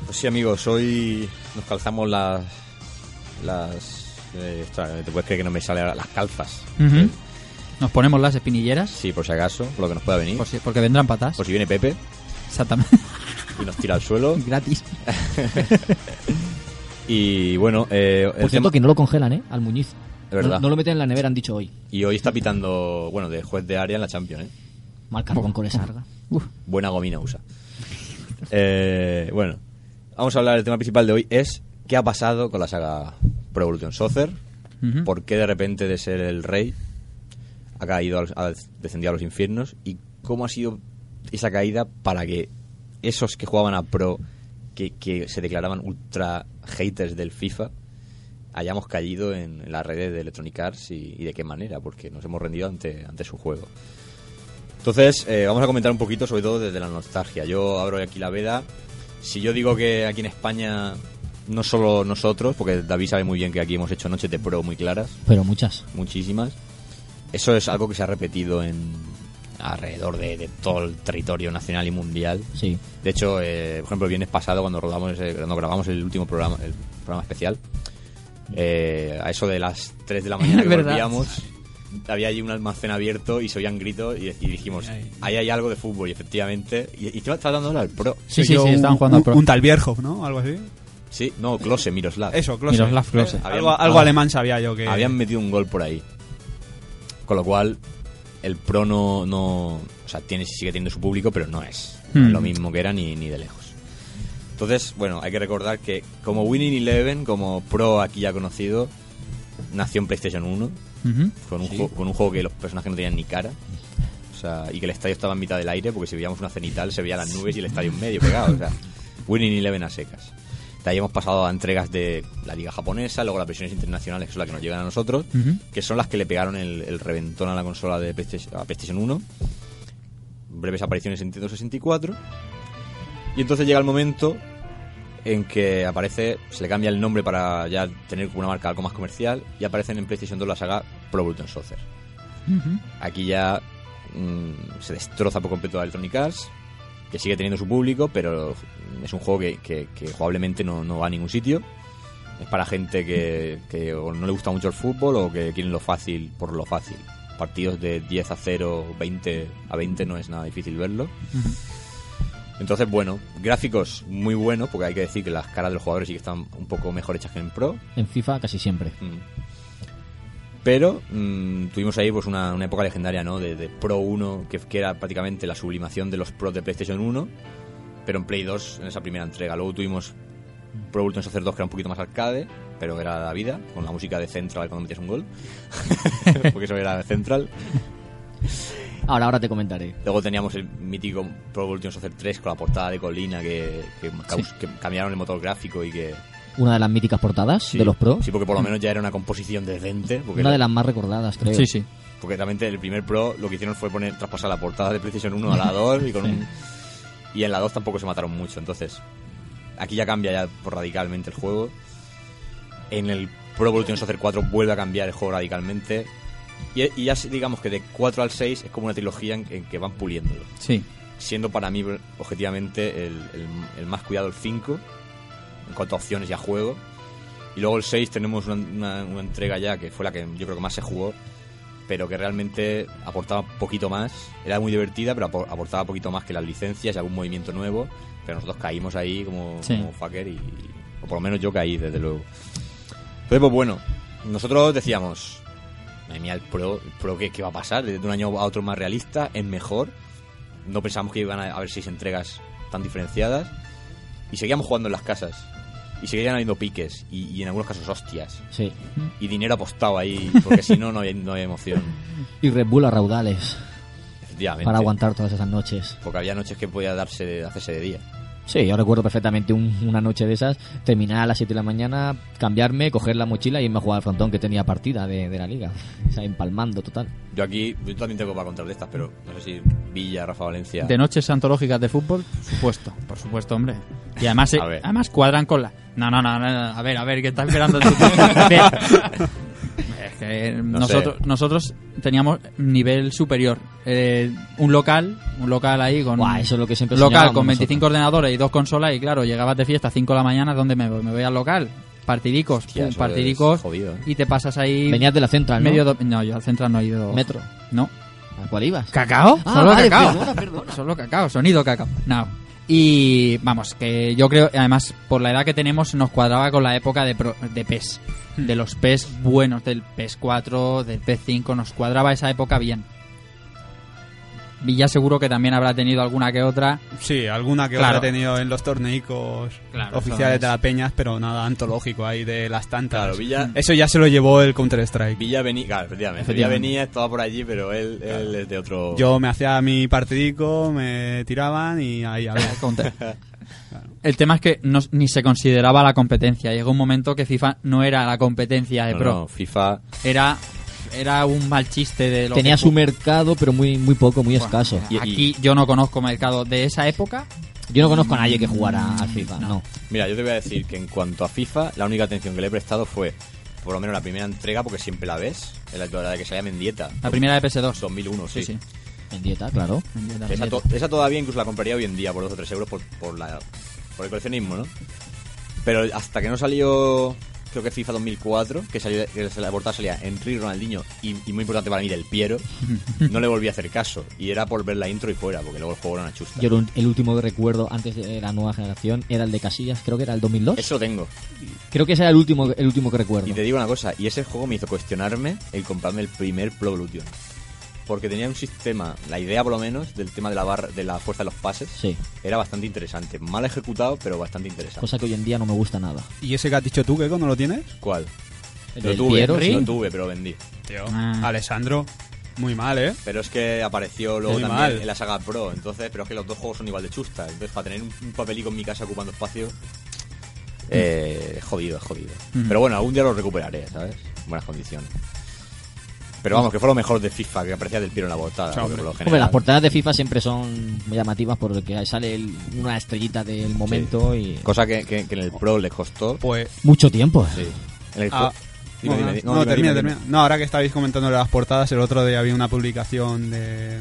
Speaker 2: Pues Sí, amigos, hoy nos calzamos las. Las. eh, ostras, te puedes creer que no me sale ahora las calzas. Eh,
Speaker 5: Ujú. Nos ponemos las espinilleras,
Speaker 2: Sí, por si acaso, por lo que nos pueda venir.
Speaker 5: por si- porque vendrán patas.
Speaker 2: Por si viene Pepe
Speaker 5: Exactamente.
Speaker 2: y nos tira al suelo.
Speaker 5: Gratis.
Speaker 2: Y bueno, eh, el
Speaker 3: Por cierto,
Speaker 2: tema-
Speaker 3: que no lo congelan, ¿eh? Al Muñiz.
Speaker 2: Es verdad.
Speaker 3: No, no lo meten en la nevera, han dicho hoy.
Speaker 2: Y hoy está pitando, bueno, de juez de área en la Champions, ¿eh?
Speaker 3: Mal carbón con esa arga.
Speaker 5: Uf.
Speaker 2: Buena gomina usa. Eh, bueno, vamos a hablar del tema principal de hoy, es qué ha pasado con la saga Pro Evolution Soccer,
Speaker 5: Ujú.
Speaker 2: por qué de repente de ser el rey ha caído, al- ha descendido a los infiernos y cómo ha sido esa caída para que esos que jugaban a Pro, que, que se declaraban ultra haters del FIFA, hayamos caído en las redes de Electronic Arts y, y de qué manera, porque nos hemos rendido ante, ante su juego. Entonces, eh, vamos a comentar un poquito, sobre todo desde la nostalgia. Yo abro aquí la veda. Si yo digo que aquí en España, no solo nosotros, porque David sabe muy bien que aquí hemos hecho noches de pro muy claras,
Speaker 3: Pero muchas.
Speaker 2: muchísimas. Eso es algo que se ha repetido en alrededor de, de todo el territorio nacional y mundial.
Speaker 3: Sí.
Speaker 2: De hecho, eh, por ejemplo, el viernes pasado cuando rodamos, ese- cuando grabamos el último programa, el programa especial, eh, a eso de las 3 de la mañana que
Speaker 5: ¿Verdad?
Speaker 2: volvíamos, había allí un almacén abierto y se oían gritos y, y dijimos,
Speaker 4: Ay, ay.
Speaker 2: ahí hay algo de fútbol y efectivamente, y, y estaba dándole al pro.
Speaker 5: Sí,
Speaker 4: Soy
Speaker 5: sí,
Speaker 4: yo
Speaker 5: sí,
Speaker 4: un-
Speaker 5: estaban jugando al
Speaker 4: un,
Speaker 5: pro.
Speaker 4: un tal Bierhoff, ¿no? Algo así.
Speaker 2: Sí, no, Klose, Miroslav.
Speaker 4: Eso, Klose.
Speaker 5: Miroslav Klose.
Speaker 4: Eh, algo algo
Speaker 2: Ah.
Speaker 4: alemán sabía yo que...
Speaker 2: Habían metido un gol por ahí. Con lo cual, el pro no. no o sea, tiene, sigue teniendo su público, pero no es
Speaker 5: Hmm.
Speaker 2: lo mismo que era ni, ni de lejos. Entonces, bueno, hay que recordar que como Winning Eleven, como pro aquí ya conocido, nació en PlayStation 1,
Speaker 5: Ujú.
Speaker 2: con un, juego, con un juego que los personajes no tenían ni cara. O sea, y que el estadio estaba en mitad del aire, porque si veíamos una cenital se veía las nubes y el estadio en medio pegado. O sea, Winning Eleven a secas. De ahí hemos pasado a entregas de la liga japonesa, luego las versiones internacionales, que son las que nos llegan a nosotros,
Speaker 5: Ujú.
Speaker 2: que son las que le pegaron el, el reventón a la consola de PlayStation, a PlayStation 1. Breves apariciones en Nintendo 64. Y entonces llega el momento en que aparece, se le cambia el nombre para ya tener como una marca algo más comercial, y aparecen en PlayStation 2 la saga Pro Evolution Soccer.
Speaker 5: Ujú.
Speaker 2: Aquí ya mm, se destroza por completo a Electronic Arts, que sigue teniendo su público, pero es un juego que, que- que jugablemente no, no va a ningún sitio. Es para gente que, que o no le gusta mucho el fútbol o que quieren lo fácil por lo fácil. Partidos de 10 a 0, 20 a 20 no es nada difícil verlo. Entonces, bueno, gráficos muy buenos, porque hay que decir que las caras de los jugadores sí que están un poco mejor hechas que en Pro.
Speaker 3: En FIFA casi siempre.
Speaker 2: Mm. Pero mm, tuvimos ahí pues una, una época legendaria, ¿no? De, de Pro 1, que, que era prácticamente la sublimación de los Pro de PlayStation 1, pero en Play 2 en esa primera entrega. Luego tuvimos Pro Evolution Soccer 2, que era un poquito más arcade, pero era la vida, con la música de Central cuando metías un gol. Porque eso era Central.
Speaker 3: Ahora, ahora te comentaré.
Speaker 2: Luego teníamos el mítico Pro Evolution Soccer 3 con la portada de Colina que, que caus- que cambiaron el motor gráfico y que...
Speaker 3: Una de las míticas portadas de los Pro.
Speaker 2: Sí, porque por lo menos ya era una composición decente. Porque
Speaker 3: Una
Speaker 2: la-
Speaker 3: de las más recordadas, creo.
Speaker 5: Sí, sí.
Speaker 2: Porque realmente el primer Pro lo que hicieron fue poner traspasar la portada de PlayStation 1 a la 2 y con un- y en la 2 tampoco se mataron mucho, entonces aquí ya cambia ya por radicalmente el juego. En el Pro Evolution Soccer 4 vuelve a cambiar el juego radicalmente. Y, y ya se- digamos que de 4 al 6 es como una trilogía en, en que van puliéndolo.
Speaker 5: Sí.
Speaker 2: Siendo para mí, objetivamente, el, el- el más cuidado el 5 en cuanto a opciones y a juego. Y luego el 6 tenemos una, una- una entrega ya que fue la que yo creo que más se jugó, pero que realmente aportaba un poquito más. Era muy divertida, pero apo- aportaba un poquito más que las licencias y algún movimiento nuevo. Pero nosotros caímos ahí como,
Speaker 5: Sí.
Speaker 2: como fucker, y, o por lo menos yo caí, desde luego. Entonces, pues bueno, nosotros decíamos, madre mía, el pro, el pro ¿qué, qué va a pasar? De un año a otro más realista, es mejor. No pensamos que iban a haber seis entregas tan diferenciadas. Y seguíamos jugando en las casas. Y seguían habiendo piques. Y, y en algunos casos hostias.
Speaker 3: Sí.
Speaker 2: Y dinero apostado ahí. Porque si no, no había, no había emoción.
Speaker 3: Y Red Bull a raudales.
Speaker 2: Efectivamente.
Speaker 3: Para aguantar todas esas noches.
Speaker 2: Porque había noches que podía darse de, hacerse de día.
Speaker 3: Sí, yo recuerdo perfectamente un- una noche de esas, terminar a las 7 de la mañana, cambiarme, coger la mochila y irme a jugar al frontón que tenía partida de, de la liga. O sea, empalmando total.
Speaker 2: Yo aquí, yo también tengo para contar de estas, pero no sé si Villa, Rafa Valencia.
Speaker 5: De noches antológicas de fútbol, por supuesto, por supuesto, hombre. Y además, eh,
Speaker 2: A ver.
Speaker 5: además cuadran con la. No, no, no, no, no, a ver, a ver, que está esperando el tutor. A ver. Es que que
Speaker 2: No
Speaker 5: nosotros,
Speaker 2: sé.
Speaker 5: nosotros teníamos nivel superior. Eh, un local, un local ahí con
Speaker 3: Buah, eso es lo que siempre
Speaker 5: local
Speaker 3: soñábamos
Speaker 5: con 25 ordenadores y dos consolas y claro, llegabas de fiesta a 5 de la mañana, ¿dónde me voy? Me voy al local, partidicos,
Speaker 2: Hostia,
Speaker 5: pum,
Speaker 2: eso
Speaker 5: partidicos
Speaker 2: es jodido, ¿eh?
Speaker 5: y te pasas ahí
Speaker 3: Venías de la central, ¿no?
Speaker 5: medio do- no, yo al central no he ido.
Speaker 3: Metro.
Speaker 5: No.
Speaker 3: ¿A cuál ibas?
Speaker 5: ¿Cacao?
Speaker 3: Ah,
Speaker 5: Solo
Speaker 3: vale,
Speaker 5: cacao.
Speaker 3: perdona, perdona.
Speaker 5: Solo cacao, sonido cacao. No. Y vamos, que yo creo, además, por la edad que tenemos, nos cuadraba con la época de, pro- de PES. De los PES buenos, del PES 4, del PES 5, nos cuadraba esa época bien. Y ya seguro que también habrá tenido alguna que otra.
Speaker 4: Sí, alguna que
Speaker 5: Claro.
Speaker 4: otra he tenido en los torneicos
Speaker 5: Claro,
Speaker 4: oficiales
Speaker 5: eso
Speaker 4: de
Speaker 5: es.
Speaker 4: la Peñas, pero nada antológico ahí de las tantas.
Speaker 2: Claro, Villa-
Speaker 4: Eso ya se lo llevó el Counter-Strike.
Speaker 2: Villa venía, claro, efectivamente. Villa venía, estaba por allí, pero él, él es de otro.
Speaker 4: Yo me hacía mi partidico, me tiraban y ahí a ver.
Speaker 5: Counter. El tema es que no- ni se consideraba la competencia. Llegó un momento que FIFA no era la competencia de
Speaker 2: No,
Speaker 5: pro.
Speaker 2: no, FIFA.
Speaker 5: Era, era un mal chiste de lo
Speaker 3: Tenía
Speaker 5: que-
Speaker 3: su mercado, pero muy, muy poco, muy
Speaker 5: Bueno,
Speaker 3: escaso.
Speaker 2: Y-
Speaker 5: Aquí yo no conozco mercado de esa época.
Speaker 3: Yo no conozco a nadie que jugara al FIFA, no.
Speaker 2: Mira, yo te voy a decir que en cuanto a FIFA, la única atención que le he prestado fue, por lo menos la primera entrega, porque siempre la ves, en la, la de que se llama Mendieta.
Speaker 5: La primera de PS2.
Speaker 2: 2001, sí.
Speaker 5: Sí, sí.
Speaker 3: En dieta, claro.
Speaker 2: Esa, to- esa todavía incluso la compraría hoy en día por 2 o 3 euros por, por, la, por el coleccionismo, ¿no? Pero hasta que no salió, creo que FIFA 2004, que, salió, que se la portada salía Henry, Ronaldinho y, y muy importante para mí, Del Piero, no le volví a hacer caso. Y era por ver la intro y fuera, porque luego el juego era una chusta.
Speaker 3: Yo lo- el último que recuerdo antes de la nueva generación era el de Casillas, creo que era el 2002.
Speaker 2: Eso tengo.
Speaker 3: Creo que ese era el último, el último que recuerdo.
Speaker 2: Y te digo una cosa, y ese juego me hizo cuestionarme el comprarme el primer Pro Evolution. Porque tenía un sistema, la idea por lo menos, del tema de la barra, de la fuerza de los pases,
Speaker 3: Sí,
Speaker 2: era bastante interesante. Mal ejecutado, pero bastante interesante.
Speaker 3: cosa que hoy en día no me gusta nada.
Speaker 4: ¿Y ese que has dicho tú, que no lo tienes?
Speaker 2: ¿Cuál?
Speaker 3: El
Speaker 2: Lo
Speaker 3: del
Speaker 2: tuve,
Speaker 3: Piero, sí.
Speaker 2: lo tuve, pero vendí.
Speaker 4: Tío,
Speaker 5: Ah.
Speaker 4: Alessandro, muy mal, ¿eh?
Speaker 2: Pero es que apareció luego
Speaker 4: Muy
Speaker 2: también
Speaker 4: mal.
Speaker 2: en la saga Pro, entonces, pero es que los dos juegos son igual de chustas. Entonces, para tener un, un papelico en mi casa ocupando espacio, eh, jodido, jodido.
Speaker 5: Mm.
Speaker 2: Pero bueno, algún día lo recuperaré, ¿sabes? En buenas condiciones. Pero vamos, que fue lo mejor de FIFA, que aparecía del Piero en la portada,
Speaker 4: Chao,
Speaker 2: por lo
Speaker 4: hombre.
Speaker 2: general.
Speaker 3: Hombre, las portadas de FIFA siempre son muy llamativas porque sale el- una estrellita del momento y...
Speaker 2: Cosa que, que- que en el Pro les costó.
Speaker 4: Pues
Speaker 3: Mucho tiempo.
Speaker 2: Sí. En el
Speaker 4: Ah,
Speaker 2: co- Dime,
Speaker 4: bueno,
Speaker 2: dime, di-
Speaker 4: no,
Speaker 2: dime,
Speaker 4: termina,
Speaker 2: dime,
Speaker 4: termina.
Speaker 2: dime.
Speaker 4: No, ahora que estabais comentando las portadas, el otro día había una publicación de.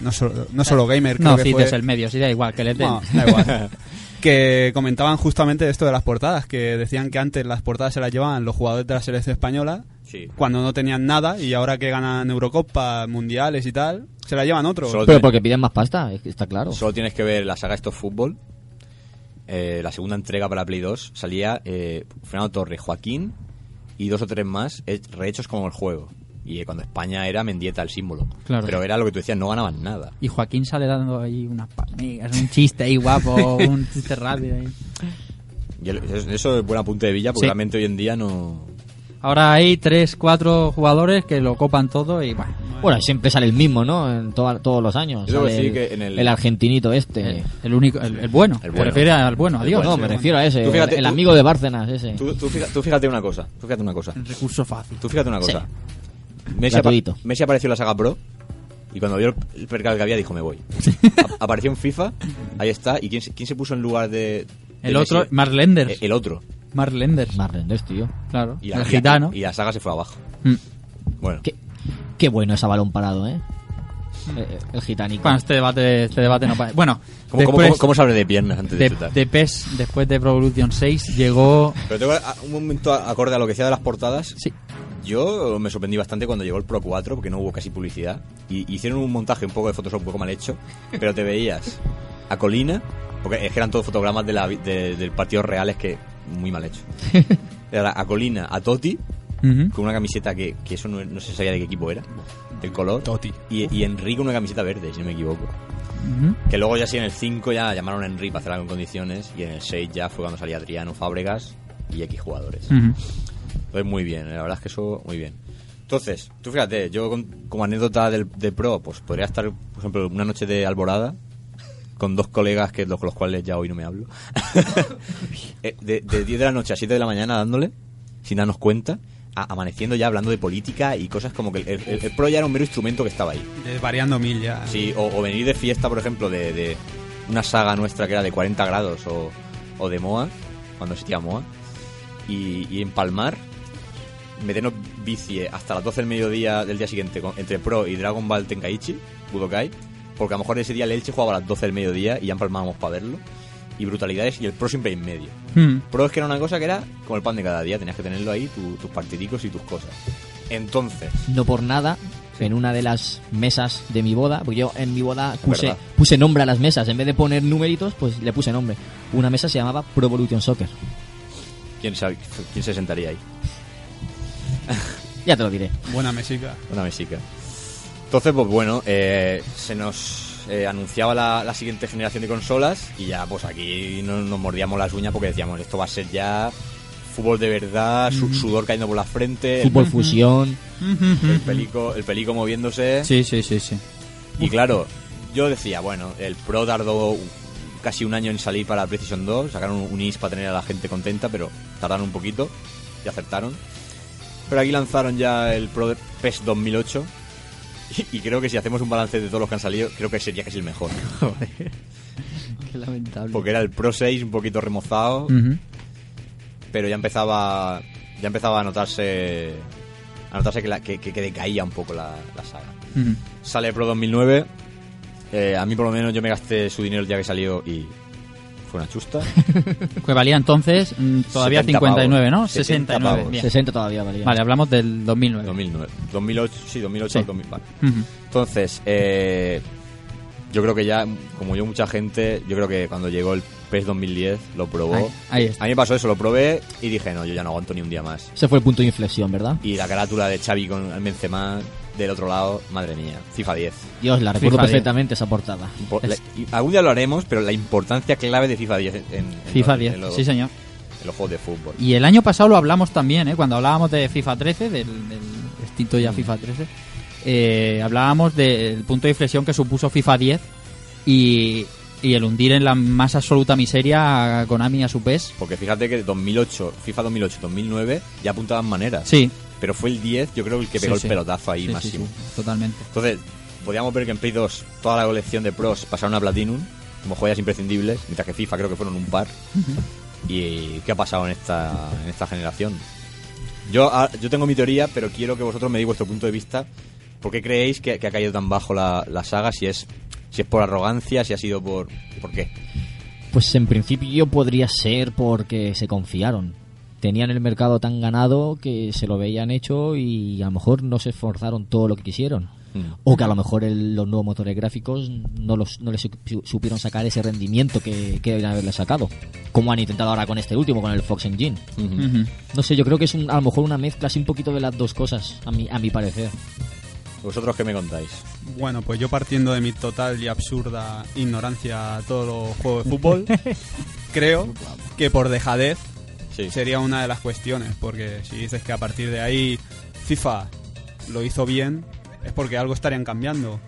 Speaker 4: No solo, no solo Gamer, creo
Speaker 5: No,
Speaker 4: que
Speaker 5: Cid
Speaker 4: fue-
Speaker 5: es el medio, sí, da igual, que le den.
Speaker 4: Bueno, da igual. que comentaban justamente esto de las portadas, que decían que antes las portadas se las llevaban los jugadores de la selección española
Speaker 2: Sí.
Speaker 4: cuando no tenían nada y ahora que ganan Eurocopa, mundiales y tal, se las llevan otros.
Speaker 2: Solo
Speaker 3: Pero
Speaker 2: tiene-
Speaker 3: porque piden más pasta, es que está claro.
Speaker 2: Solo tienes que ver la saga Esto es Fútbol. Eh, la segunda entrega para Play 2 salía eh, Fernando Torres, Joaquín y dos o tres más he- rehechos como el juego. Y eh, cuando España era Mendieta el símbolo.
Speaker 5: Claro.
Speaker 2: Pero era lo que tú decías, no ganaban nada.
Speaker 5: Y Joaquín sale dando ahí unas palmigas, un chiste ahí guapo, un chiste rápido. ahí.
Speaker 2: Y el- es- eso es buen apunte de Villa, porque
Speaker 5: Sí.
Speaker 2: realmente hoy en día no.
Speaker 5: Ahora hay 3, 4 jugadores que lo copan todo y bueno.
Speaker 3: Bueno, siempre sale el mismo, ¿no? En toda- todos los años.
Speaker 2: Yo debo
Speaker 3: Sale
Speaker 2: decir
Speaker 3: el,
Speaker 2: que en el-
Speaker 3: el argentinito este.
Speaker 5: El, el único, el, el bueno.
Speaker 2: El
Speaker 5: El
Speaker 2: bueno.
Speaker 5: Prefiere al bueno,
Speaker 2: El
Speaker 5: adiós.
Speaker 2: bueno,
Speaker 3: No,
Speaker 2: sí,
Speaker 3: me refiero a ese.
Speaker 2: Tú fíjate,
Speaker 3: el, el
Speaker 2: tú-
Speaker 3: amigo de Bárcenas, ese.
Speaker 2: Tú, tú fija- tú fíjate una cosa. Tú fíjate una cosa.
Speaker 5: Un recurso fácil.
Speaker 2: Tú fíjate una
Speaker 3: Sí.
Speaker 2: cosa. Messi, apa-
Speaker 3: Gratuito.
Speaker 2: Messi apareció en la saga Pro y cuando vio el- el percal que había dijo me voy. A- apareció en FIFA, ahí está. ¿Y quién, se- quién se puso en lugar de... de
Speaker 5: El
Speaker 2: Messi?
Speaker 5: otro, Mark Lenders.
Speaker 2: Eh, El otro.
Speaker 5: Mark Lenders,
Speaker 3: Más rendés, tío.
Speaker 5: claro.
Speaker 2: Y la,
Speaker 5: el gitano.
Speaker 2: Y la saga se fue abajo.
Speaker 5: Mm.
Speaker 2: Bueno.
Speaker 3: Qué, qué bueno ese balón parado, ¿eh? Eh, El gitánico.
Speaker 5: Hmm. Bueno, este debate, este debate no parece. Bueno,
Speaker 2: ¿Cómo, cómo-
Speaker 5: después
Speaker 2: cómo- cómo se abre de piernas antes de,
Speaker 5: de,
Speaker 2: chutar?
Speaker 5: de PES, después de Pro Evolution 6, llegó.
Speaker 2: Pero tengo a- un momento a- acorde a lo que decía de las portadas.
Speaker 5: Sí,
Speaker 2: Yo me sorprendí bastante cuando llegó el Pro 4 porque no hubo casi publicidad. Y hicieron un montaje un poco de Photoshop un poco mal hecho, pero te veías a Colina, porque es que eran todos fotogramas de la, vi- de- del partido reales que muy mal hecho. Era a Colina, a Totti,
Speaker 5: Ujú.
Speaker 2: con una camiseta que, que eso no, no se sabía de qué equipo era, el color.
Speaker 4: Totti.
Speaker 2: Y, y Enrique una camiseta verde, si no me equivoco.
Speaker 5: Ujú.
Speaker 2: Que luego ya sí en el 5 ya llamaron a Enrique para hacer algo en condiciones y en el 6 ya fue cuando salía Adriano, Fábregas y X jugadores.
Speaker 5: Ujú.
Speaker 2: Pues muy bien, la verdad es que eso muy bien. Entonces, tú fíjate, yo con- como anécdota del, de pro, pues podría estar, por ejemplo, una noche de alborada con dos colegas que los, con los cuales ya hoy no me hablo. Eh, de, de 10 de la noche a 7 de la mañana dándole, sin darnos cuenta, a- amaneciendo ya hablando de política y cosas como que el, el- el pro ya era un mero instrumento que estaba ahí.
Speaker 4: Variando mil ya.
Speaker 2: Sí, o, o venir de fiesta, por ejemplo, de, de una saga nuestra que era de 40 grados o, o de Moa, cuando existía Moa, y, y empalmar meternos vicie hasta las 12 del mediodía del día siguiente con- entre Pro y Dragon Ball Tenkaichi, Budokai, porque a lo mejor ese día el Elche jugaba a las 12 del mediodía y ya empalmábamos para verlo, y brutalidades y el Pro siempre en medio.
Speaker 5: Hmm.
Speaker 2: Pro es que era una cosa que era como el pan de cada día, tenías que tenerlo ahí, tu- tus partidicos y tus cosas. Entonces,
Speaker 3: No por nada, en una de las mesas de mi boda, porque yo en mi boda puse,
Speaker 2: verdad.
Speaker 3: puse nombre a las mesas, en vez de poner numeritos, pues le puse nombre. Una mesa se llamaba Pro Evolution Soccer.
Speaker 2: ¿quién, sabe- quién se sentaría ahí?
Speaker 3: Ya te lo diré.
Speaker 4: Buena mesica.
Speaker 2: Una mesica. Entonces, pues bueno, eh, se nos eh, anunciaba la, la siguiente generación de consolas y ya pues aquí no- nos, mordíamos las uñas porque decíamos, esto va a ser ya fútbol de verdad, su- sudor cayendo por la frente, el-
Speaker 3: Fútbol fusión.
Speaker 2: el, pelico, el pelico moviéndose.
Speaker 5: Sí, sí, sí, sí.
Speaker 2: Y claro, yo decía, bueno, el Pro tardó un- casi un año en salir para PlayStation 2, sacaron un IS para tener a la gente contenta, pero tardaron un poquito y acertaron. Pero aquí lanzaron ya el Pro de PES 2008 y, y creo que si hacemos un balance de todos los que han salido, creo que sería casi el mejor.
Speaker 5: Joder. Qué lamentable.
Speaker 2: Porque era el Pro 6 un poquito remozado,
Speaker 5: Ujú.
Speaker 2: pero ya empezaba ya empezaba a notarse a notarse que, la- que, que- que decaía un poco la- la saga.
Speaker 5: Ujú.
Speaker 2: Sale Pro 2009. eh, a mí, por lo menos, yo me gasté su dinero el día que salió y fue una chusta.
Speaker 5: Que Pues valía entonces mm, todavía
Speaker 2: 70
Speaker 5: 59, ¿no?
Speaker 2: pavos. 70
Speaker 5: 69.
Speaker 2: pavos.
Speaker 5: bien.
Speaker 3: 60 todavía valía.
Speaker 5: Vale, hablamos del 2009.
Speaker 2: 2009. 2008, sí, 2008
Speaker 5: Sí.
Speaker 2: 2000, vale.
Speaker 5: Ujú.
Speaker 2: Entonces, eh, yo creo que ya, como yo, mucha gente, yo creo que cuando llegó el PES 2010 lo probó.
Speaker 5: Ahí- ahí está.
Speaker 2: A mí me pasó eso, lo probé y dije, no, yo ya no aguanto ni un día más.
Speaker 3: Ese fue el punto de inflexión, ¿verdad?
Speaker 2: Y la carátula de Xavi con Benzema del otro lado, madre mía, FIFA 10.
Speaker 3: Dios, la recuerdo
Speaker 5: FIFA diez.
Speaker 3: perfectamente esa portada.
Speaker 2: Impo-
Speaker 5: Es-
Speaker 2: la- y algún día lo haremos, pero la importancia clave de FIFA 10 en, en- en
Speaker 5: FIFA
Speaker 2: los-
Speaker 5: 10,
Speaker 2: en los-
Speaker 5: sí señor.
Speaker 2: en los juegos de fútbol.
Speaker 5: Y el año pasado lo hablamos también, ¿eh? cuando hablábamos de FIFA 13, del, del extinto
Speaker 2: Mm.
Speaker 5: ya FIFA 13, eh, hablábamos del punto de inflexión que supuso FIFA 10 y, y el hundir en la más absoluta miseria a Konami a su pez.
Speaker 2: Porque fíjate que 2008, FIFA 2008, 2009 ya apuntaban maneras.
Speaker 5: Sí.
Speaker 2: Pero fue el 10, yo creo, el que pegó
Speaker 5: Sí,
Speaker 2: el
Speaker 5: sí.
Speaker 2: pelotazo ahí
Speaker 5: Sí, sí,
Speaker 2: máximo.
Speaker 5: sí, totalmente.
Speaker 2: Entonces, podíamos ver que en Play 2 toda la colección de pros pasaron a Platinum como joyas imprescindibles, mientras que FIFA creo que fueron un par. ¿Y qué ha pasado en esta, en esta generación? Yo, ah, yo tengo mi teoría, pero quiero que vosotros me digáis vuestro punto de vista. ¿Por qué creéis que, que ha caído tan bajo la, la saga? Si es, si es por arrogancia, si ha sido por... ¿Por qué?
Speaker 3: Pues en principio podría ser porque se confiaron. Tenían el mercado tan ganado que se lo veían hecho y a lo mejor no se esforzaron todo lo que quisieron.
Speaker 2: Mm.
Speaker 3: O que a lo mejor el- los nuevos motores gráficos no, los, no les su- supieron sacar ese rendimiento que, que deberían haberle sacado. Como han intentado ahora con este último, con el Fox Engine.
Speaker 5: Ujú.
Speaker 3: No sé, yo creo que es un- a lo mejor una mezcla así un poquito de las dos cosas, a mi, a mi parecer.
Speaker 2: ¿Vosotros qué me contáis?
Speaker 4: Bueno, pues yo partiendo de mi total y absurda ignorancia a todos los juegos de fútbol, creo que por dejadez
Speaker 2: Sí.
Speaker 4: sería una de las cuestiones, porque si dices que a partir de ahí FIFA lo hizo bien, es porque algo estarían cambiando.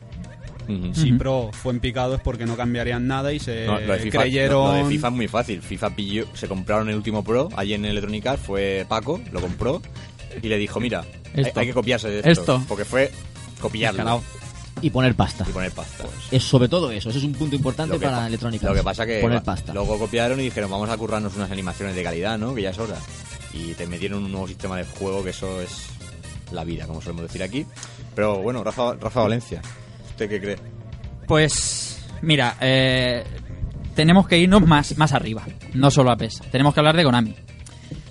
Speaker 2: Ujú.
Speaker 4: Si
Speaker 5: Ujú.
Speaker 4: Pro fue en picado es porque no cambiarían nada y se
Speaker 2: No, lo de FIFA,
Speaker 4: creyeron...
Speaker 2: lo de FIFA es muy fácil. FIFA pilló, se compraron el último Pro allí en Electronic Arts, fue Paco, lo compró y le dijo, mira, hay-
Speaker 5: Esto.
Speaker 2: Hay, que copiarse de esto.
Speaker 5: Esto.
Speaker 2: Porque fue copiarlo
Speaker 5: Descarado.
Speaker 3: Y poner pasta.
Speaker 2: y poner pasta.
Speaker 3: Es sobre todo eso, eso es un punto importante
Speaker 2: Lo que
Speaker 3: Pues, para
Speaker 2: pa-
Speaker 3: Electronic
Speaker 2: Lo que
Speaker 3: Arts,
Speaker 2: pasa que
Speaker 3: Poner
Speaker 2: va-
Speaker 3: pasta.
Speaker 2: luego copiaron y dijeron, vamos a currarnos unas animaciones de calidad, ¿no? Que ya es hora. Y te metieron un nuevo sistema de juego que eso es la vida, como solemos decir aquí. Pero bueno, Rafa, Rafa Valencia, ¿usted qué cree?
Speaker 5: Pues mira, eh, tenemos que irnos más, más arriba, no solo a PES. Tenemos que hablar de Konami.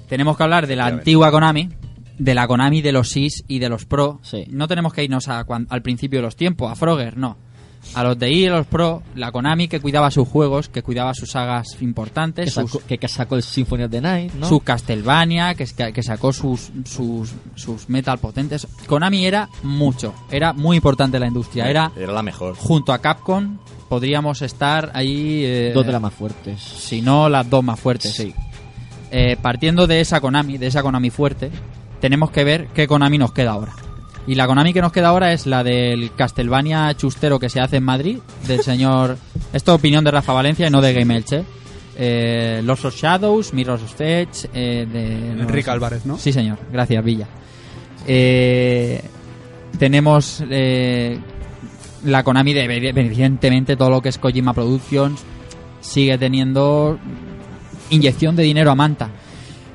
Speaker 5: Tenemos que hablar de la
Speaker 2: Efectivamente.
Speaker 5: antigua Konami, de la Konami de los SIS y de los Pro.
Speaker 3: Sí.
Speaker 5: No tenemos que irnos a cuan- al principio de los tiempos, a Frogger, no. A los de I y los Pro, la Konami que cuidaba sus juegos, que cuidaba sus sagas
Speaker 3: que,
Speaker 5: importantes, sus,
Speaker 3: sacó, que- que sacó el Symphony of the Night, ¿no?
Speaker 5: su Castlevania, que, es- que sacó sus, sus, sus metal potentes. Konami era mucho, era muy importante en la industria, era
Speaker 2: Era la mejor.
Speaker 5: junto a Capcom podríamos estar ahí eh,
Speaker 3: Dos de las más fuertes.
Speaker 5: si no las dos más fuertes
Speaker 3: Sí.
Speaker 5: Eh, partiendo de esa Konami de esa Konami fuerte tenemos que ver qué Konami nos queda ahora y la Konami que nos queda ahora es la del Castlevania chustero que se hace en Madrid del señor esto es opinión de Rafa Valencia y no de Game Elche eh, Los of Shadows Mirror's of Fetch eh, de no,
Speaker 4: Enrique
Speaker 5: no sé.
Speaker 4: Álvarez, ¿no?
Speaker 5: sí señor gracias Villa eh, tenemos eh, la Konami, de, evidentemente, todo lo que es Kojima Productions, sigue teniendo inyección de dinero a manta.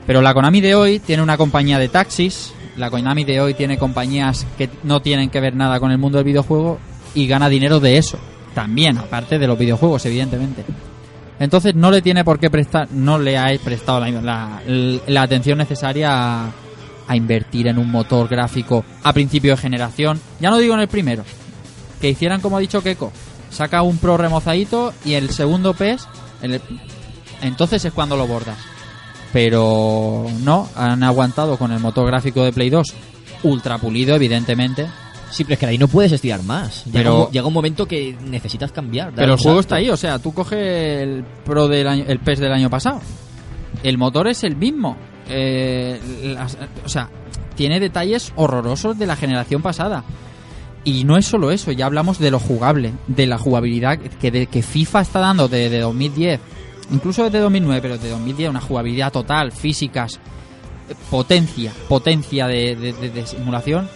Speaker 5: Pero la Konami de hoy tiene una compañía de taxis, La Konami de hoy tiene compañías que no tienen que ver nada con el mundo del videojuego y gana dinero de eso. También, aparte de los videojuegos, evidentemente. Entonces no le tiene por qué prestar, no le ha prestado la, la- la atención necesaria a, a invertir en un motor gráfico a principio de generación. Ya no digo en el primero, que hicieran como ha dicho Keiko, saca un pro remozadito y el segundo PES, el- entonces es cuando lo bordas. Pero no, han aguantado con el motor gráfico de Play 2, ultra pulido evidentemente,
Speaker 3: Sí, pero es que ahí no puedes estirar más. Llega,
Speaker 5: Pero-
Speaker 3: un, mo- llega un momento que necesitas cambiar. dar
Speaker 5: Pero
Speaker 3: un
Speaker 5: el juego
Speaker 3: salto.
Speaker 5: está ahí, o sea, tú coges el Pro del año, el PES del año pasado. El motor es el mismo. Eh, las- o sea, tiene detalles horrorosos de la generación pasada. Y no es solo eso, ya hablamos de lo jugable, de la jugabilidad que, de- que FIFA está dando desde 2010, incluso desde 2009, pero desde 2010 una jugabilidad total, físicas, eh, potencia, potencia de, de- de- de simulación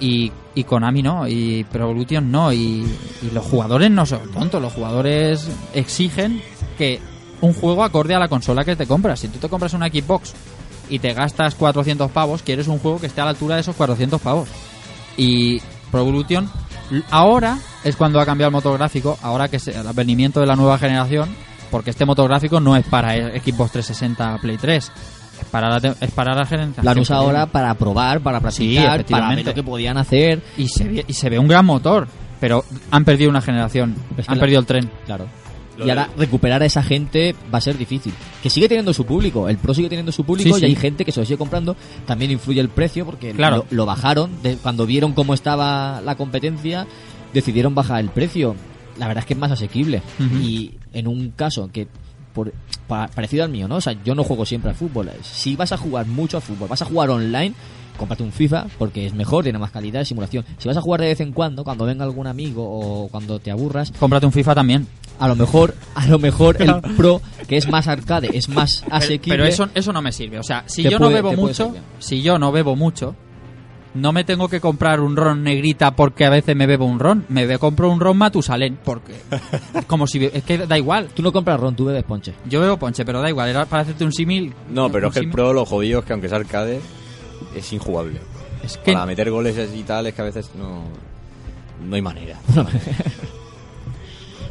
Speaker 5: y, y Konami no, y Pro Evolution no, y, y los jugadores no son tontos, los jugadores exigen que un juego acorde a la consola que te compras. Si tú te compras una Xbox y te gastas 400 pavos, quieres un juego que esté a la altura de esos 400 pavos. Y Pro Evolution l- ahora es cuando ha cambiado el motor gráfico, ahora que es el advenimiento de la nueva generación, porque este motor gráfico no es para e- Xbox 360 Play 3. Es para la, te- es para la generación.
Speaker 3: La han usado
Speaker 5: que viene.
Speaker 3: ahora para probar, para practicar, para
Speaker 5: efectivamente.
Speaker 3: ver lo que podían hacer.
Speaker 5: Y se, ve, y se ve un gran motor, pero han perdido una generación.
Speaker 3: Es que
Speaker 5: han
Speaker 3: la-
Speaker 5: perdido el tren.
Speaker 3: Claro.
Speaker 2: Lo
Speaker 3: y
Speaker 2: de-
Speaker 3: ahora recuperar a esa gente va a ser difícil. Que sigue teniendo su público, el Pro sigue teniendo su público
Speaker 5: Sí,
Speaker 3: y hay
Speaker 5: sí.
Speaker 3: gente que se lo sigue comprando. También influye el precio porque
Speaker 5: Claro.
Speaker 3: lo, lo bajaron. de- cuando vieron cómo estaba la competencia, decidieron bajar el precio. La verdad es que es más asequible.
Speaker 5: Ujú.
Speaker 3: Y en un caso que por, pa- parecido al mío, ¿no? O sea, yo no juego siempre al fútbol. Si vas a jugar mucho al fútbol, vas a jugar online, cómprate un FIFA porque es mejor, tiene más calidad de simulación. Si vas a jugar de vez en cuando, cuando venga algún amigo o cuando te aburras,
Speaker 5: Cómprate un FIFA también.
Speaker 3: a lo mejor, a lo mejor el Pro, que es más arcade, es más asequible.
Speaker 5: Pero eso, eso no me sirve. O sea, si
Speaker 3: Ah, Te
Speaker 5: yo no
Speaker 3: puede-
Speaker 5: bebo
Speaker 3: te puede
Speaker 5: mucho,
Speaker 3: servir.
Speaker 5: si yo no bebo mucho, no me tengo que comprar un ron negrita porque a veces me bebo un ron. Me be- compro un ron Matusalén porque es como si be- es que da igual.
Speaker 3: Tú no compras ron, tú bebes ponche.
Speaker 5: Yo bebo ponche, pero da igual. Era para hacerte un símil.
Speaker 2: No, pero
Speaker 5: un
Speaker 2: es que el
Speaker 5: símil.
Speaker 2: Pro lo jodido es que aunque sea arcade, es injugable.
Speaker 5: es que
Speaker 2: Para meter goles y tal es que a veces no, no hay manera.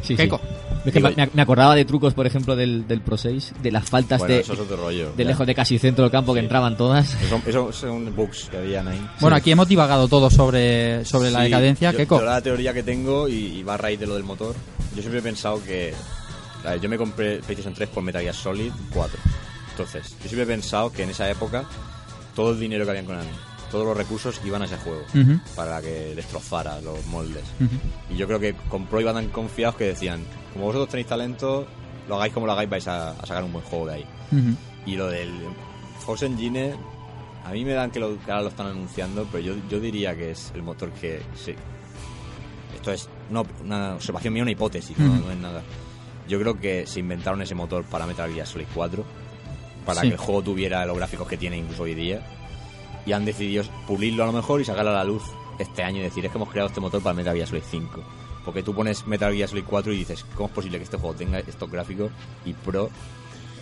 Speaker 3: Sí,
Speaker 5: Keiko.
Speaker 3: Es que me, me acordaba de trucos, por ejemplo, del, del Pro 6, de las faltas
Speaker 2: Bueno,
Speaker 3: de,
Speaker 2: eso es otro rollo.
Speaker 3: de
Speaker 2: ya.
Speaker 3: lejos de casi centro del campo que entraban todas.
Speaker 2: Eso, eso son bugs que habían ahí.
Speaker 5: Bueno, aquí hemos divagado todo sobre, sobre la
Speaker 2: Sí,
Speaker 5: decadencia.
Speaker 2: yo-
Speaker 5: Keiko.
Speaker 2: yo la teoría que tengo y, y va a raíz de lo del motor. Yo siempre he pensado que. a ver, yo me compré PlayStation 3 por Metal Gear Solid 4. Entonces, yo siempre he pensado que en esa época todo el dinero que había en Konami, todos los recursos iban a ese juego
Speaker 5: Ujú.
Speaker 2: para que destrozara los moldes.
Speaker 5: Ujú.
Speaker 2: Y yo creo que con Pro iban tan confiados que decían: como vosotros tenéis talento, lo hagáis como lo hagáis, vais a- a sacar un buen juego de ahí.
Speaker 5: Ujú.
Speaker 2: Y lo del Force Engine, a mí me dan que, lo, que ahora lo están anunciando, pero yo, yo diría que es el motor que. Sí. Esto es una, op- una observación mía, una hipótesis, no,
Speaker 5: Ujú.
Speaker 2: no es nada. Yo creo que se inventaron ese motor para Metal Gear Solid 4, para
Speaker 5: Sí.
Speaker 2: que el juego tuviera los gráficos que tiene incluso hoy día, y han decidido pulirlo a lo mejor y sacarlo a la luz este año y decir, es que hemos creado este motor para Metal Gear Solid 5. Porque tú pones Metal Gear Solid 4 y dices, ¿cómo es posible que este juego tenga estos gráficos y pro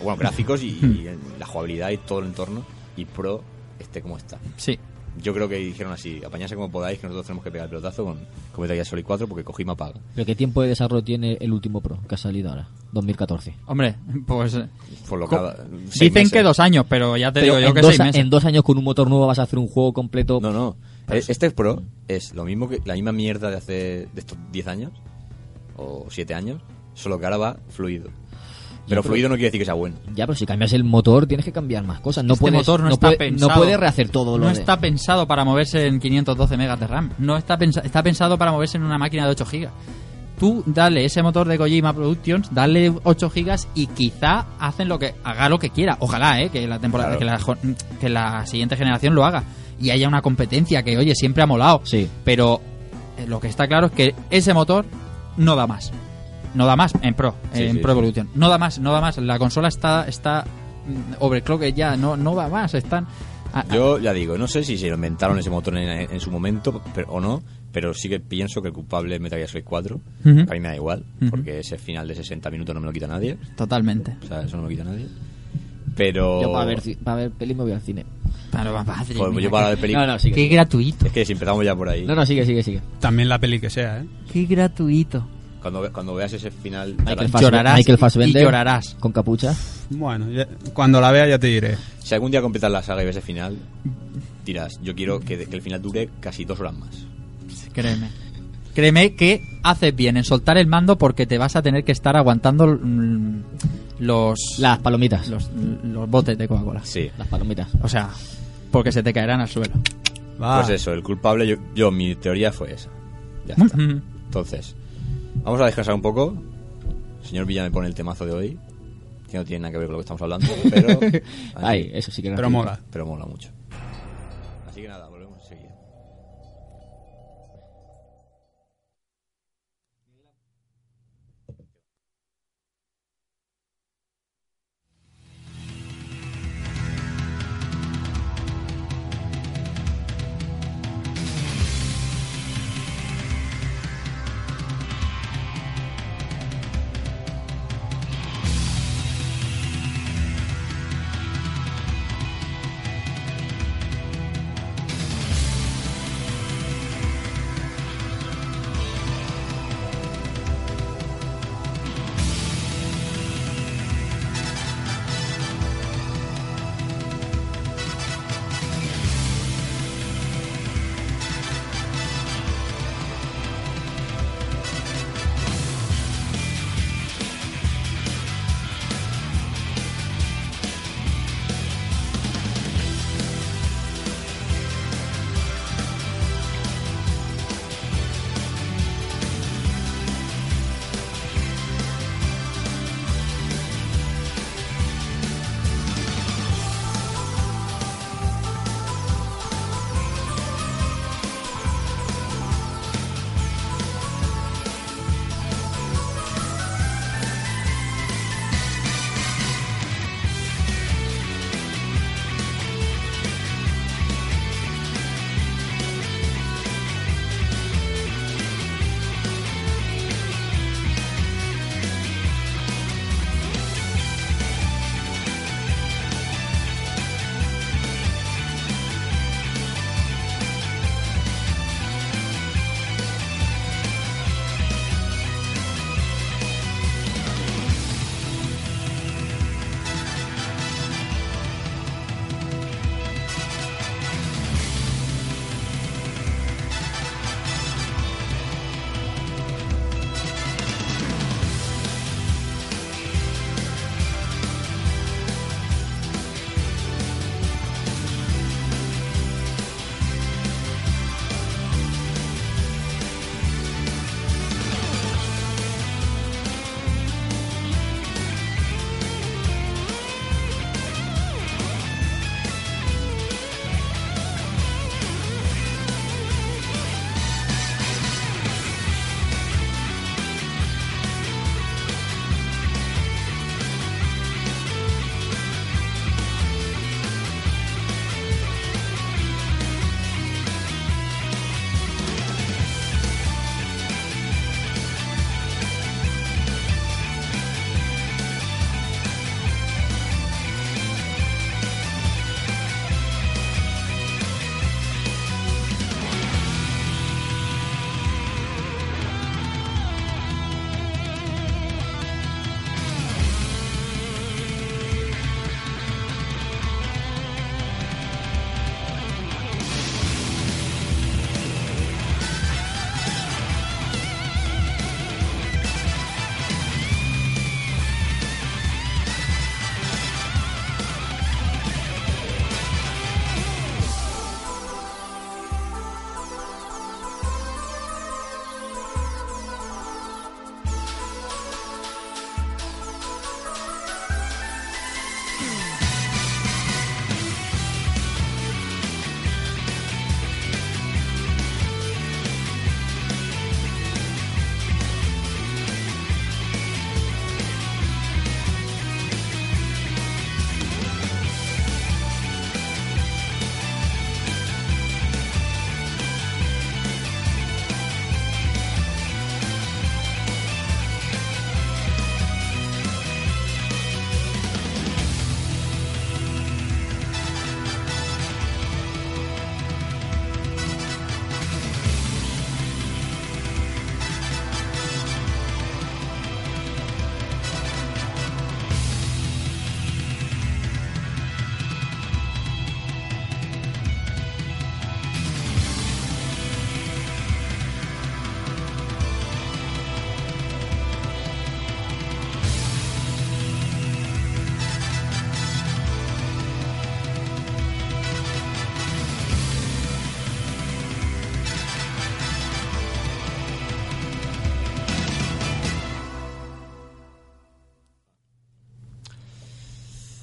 Speaker 2: bueno, gráficos y, y en la jugabilidad y todo el entorno. Y pro, este como está.
Speaker 5: Sí.
Speaker 2: Yo creo que dijeron así, apañarse como podáis, que nosotros tenemos que pegar el pelotazo con, con Metal Gear Solid 4 porque cogí me paga.
Speaker 3: ¿Pero qué tiempo de desarrollo tiene el último Pro que ha salido ahora? 2014.
Speaker 5: Hombre, pues. eh,
Speaker 2: Por lo
Speaker 5: Co-
Speaker 2: que, seis
Speaker 5: Dicen
Speaker 2: meses.
Speaker 5: que dos años, pero ya te
Speaker 3: Pero
Speaker 5: digo yo
Speaker 3: en,
Speaker 5: que
Speaker 3: dos,
Speaker 5: seis meses.
Speaker 3: en dos años con un motor nuevo vas a hacer un juego completo.
Speaker 2: No, no. E- Este pro es lo mismo que la misma mierda de hace de estos 10 años o 7 años, solo que ahora va fluido. Pero
Speaker 3: pero-
Speaker 2: fluido no quiere decir que sea bueno.
Speaker 3: Ya, pero si cambias el motor tienes que cambiar más cosas. No
Speaker 5: Este
Speaker 3: puedes,
Speaker 5: motor no,
Speaker 3: no
Speaker 5: está
Speaker 3: puede-
Speaker 5: pensado.
Speaker 3: no puedes rehacer todo lo
Speaker 5: No
Speaker 3: de-
Speaker 5: está pensado para moverse en 512 megas de RAM. No está, pensa- está pensado para moverse en una máquina de 8 gigas. Tú dale ese motor de Kojima Productions, dale 8 gigas y quizá hacen lo que haga lo que quiera. Ojalá, eh, que la temporada,
Speaker 2: Claro.
Speaker 5: que, la, jo- que la siguiente generación lo haga y haya una competencia que oye siempre ha molado.
Speaker 3: Sí.
Speaker 5: Pero eh, lo que está claro es que ese motor no da más. No da más en Pro,
Speaker 2: Sí,
Speaker 5: en
Speaker 2: sí,
Speaker 5: Pro
Speaker 2: sí.
Speaker 5: Evolution. No da más, no da más. La consola está está mm, overclocked ya, no no va más, están ah, a- a-
Speaker 2: Yo ya digo, no sé si se lo inventaron ese motor en, en su momento pero- o no, pero sí que pienso que el culpable es Metal Gear Solid 4.
Speaker 5: Ujú.
Speaker 2: A mí me da igual,
Speaker 5: Ujú.
Speaker 2: porque ese final de 60 minutos no me lo quita nadie.
Speaker 5: ah, totalmente.
Speaker 2: O sea, eso no me lo quita nadie. Pero. Oh.
Speaker 3: Yo para ver, ci- para ver peli me voy al cine.
Speaker 5: Pero, madre
Speaker 2: Joder, pues
Speaker 5: mía,
Speaker 2: yo para
Speaker 5: qué-
Speaker 2: de película.
Speaker 3: No, no, sigue.
Speaker 5: Qué
Speaker 3: sigue.
Speaker 5: gratuito.
Speaker 2: Es que si empezamos ya por ahí.
Speaker 3: No, no, sigue, sigue, sigue.
Speaker 4: También la peli que sea, ¿eh?
Speaker 5: Qué gratuito.
Speaker 2: Cuando, ve- cuando veas ese final.
Speaker 3: Michael
Speaker 2: Tarantino-
Speaker 3: Fassbender.
Speaker 5: Llorarás
Speaker 3: Michael
Speaker 5: y-
Speaker 3: Fassbender.
Speaker 5: y llorarás.
Speaker 3: Con capucha.
Speaker 4: Bueno, ya- cuando la vea ya te diré.
Speaker 2: Si algún día completas la saga y ves ese final, dirás, yo quiero que, que el final dure casi dos horas más.
Speaker 5: Créeme. Créeme que haces bien en soltar el mando porque te vas a tener que estar aguantando mm, los,
Speaker 3: Las palomitas.
Speaker 5: los, los botes de Coca-Cola.
Speaker 2: Sí.
Speaker 3: Las palomitas.
Speaker 5: O sea, porque se te caerán al suelo.
Speaker 3: Ah.
Speaker 4: Va.
Speaker 2: Pues eso, el culpable, yo, yo- mi teoría fue esa. Ya está.
Speaker 5: Ujú.
Speaker 2: Entonces, vamos a descansar un poco. El señor Villa me pone el temazo de hoy, que no tiene nada que ver con lo que estamos hablando, pero...
Speaker 3: Ay, eso sí que era
Speaker 4: Pero
Speaker 3: rico.
Speaker 4: mola.
Speaker 2: Pero mola mucho. Así que nada, volvemos enseguida.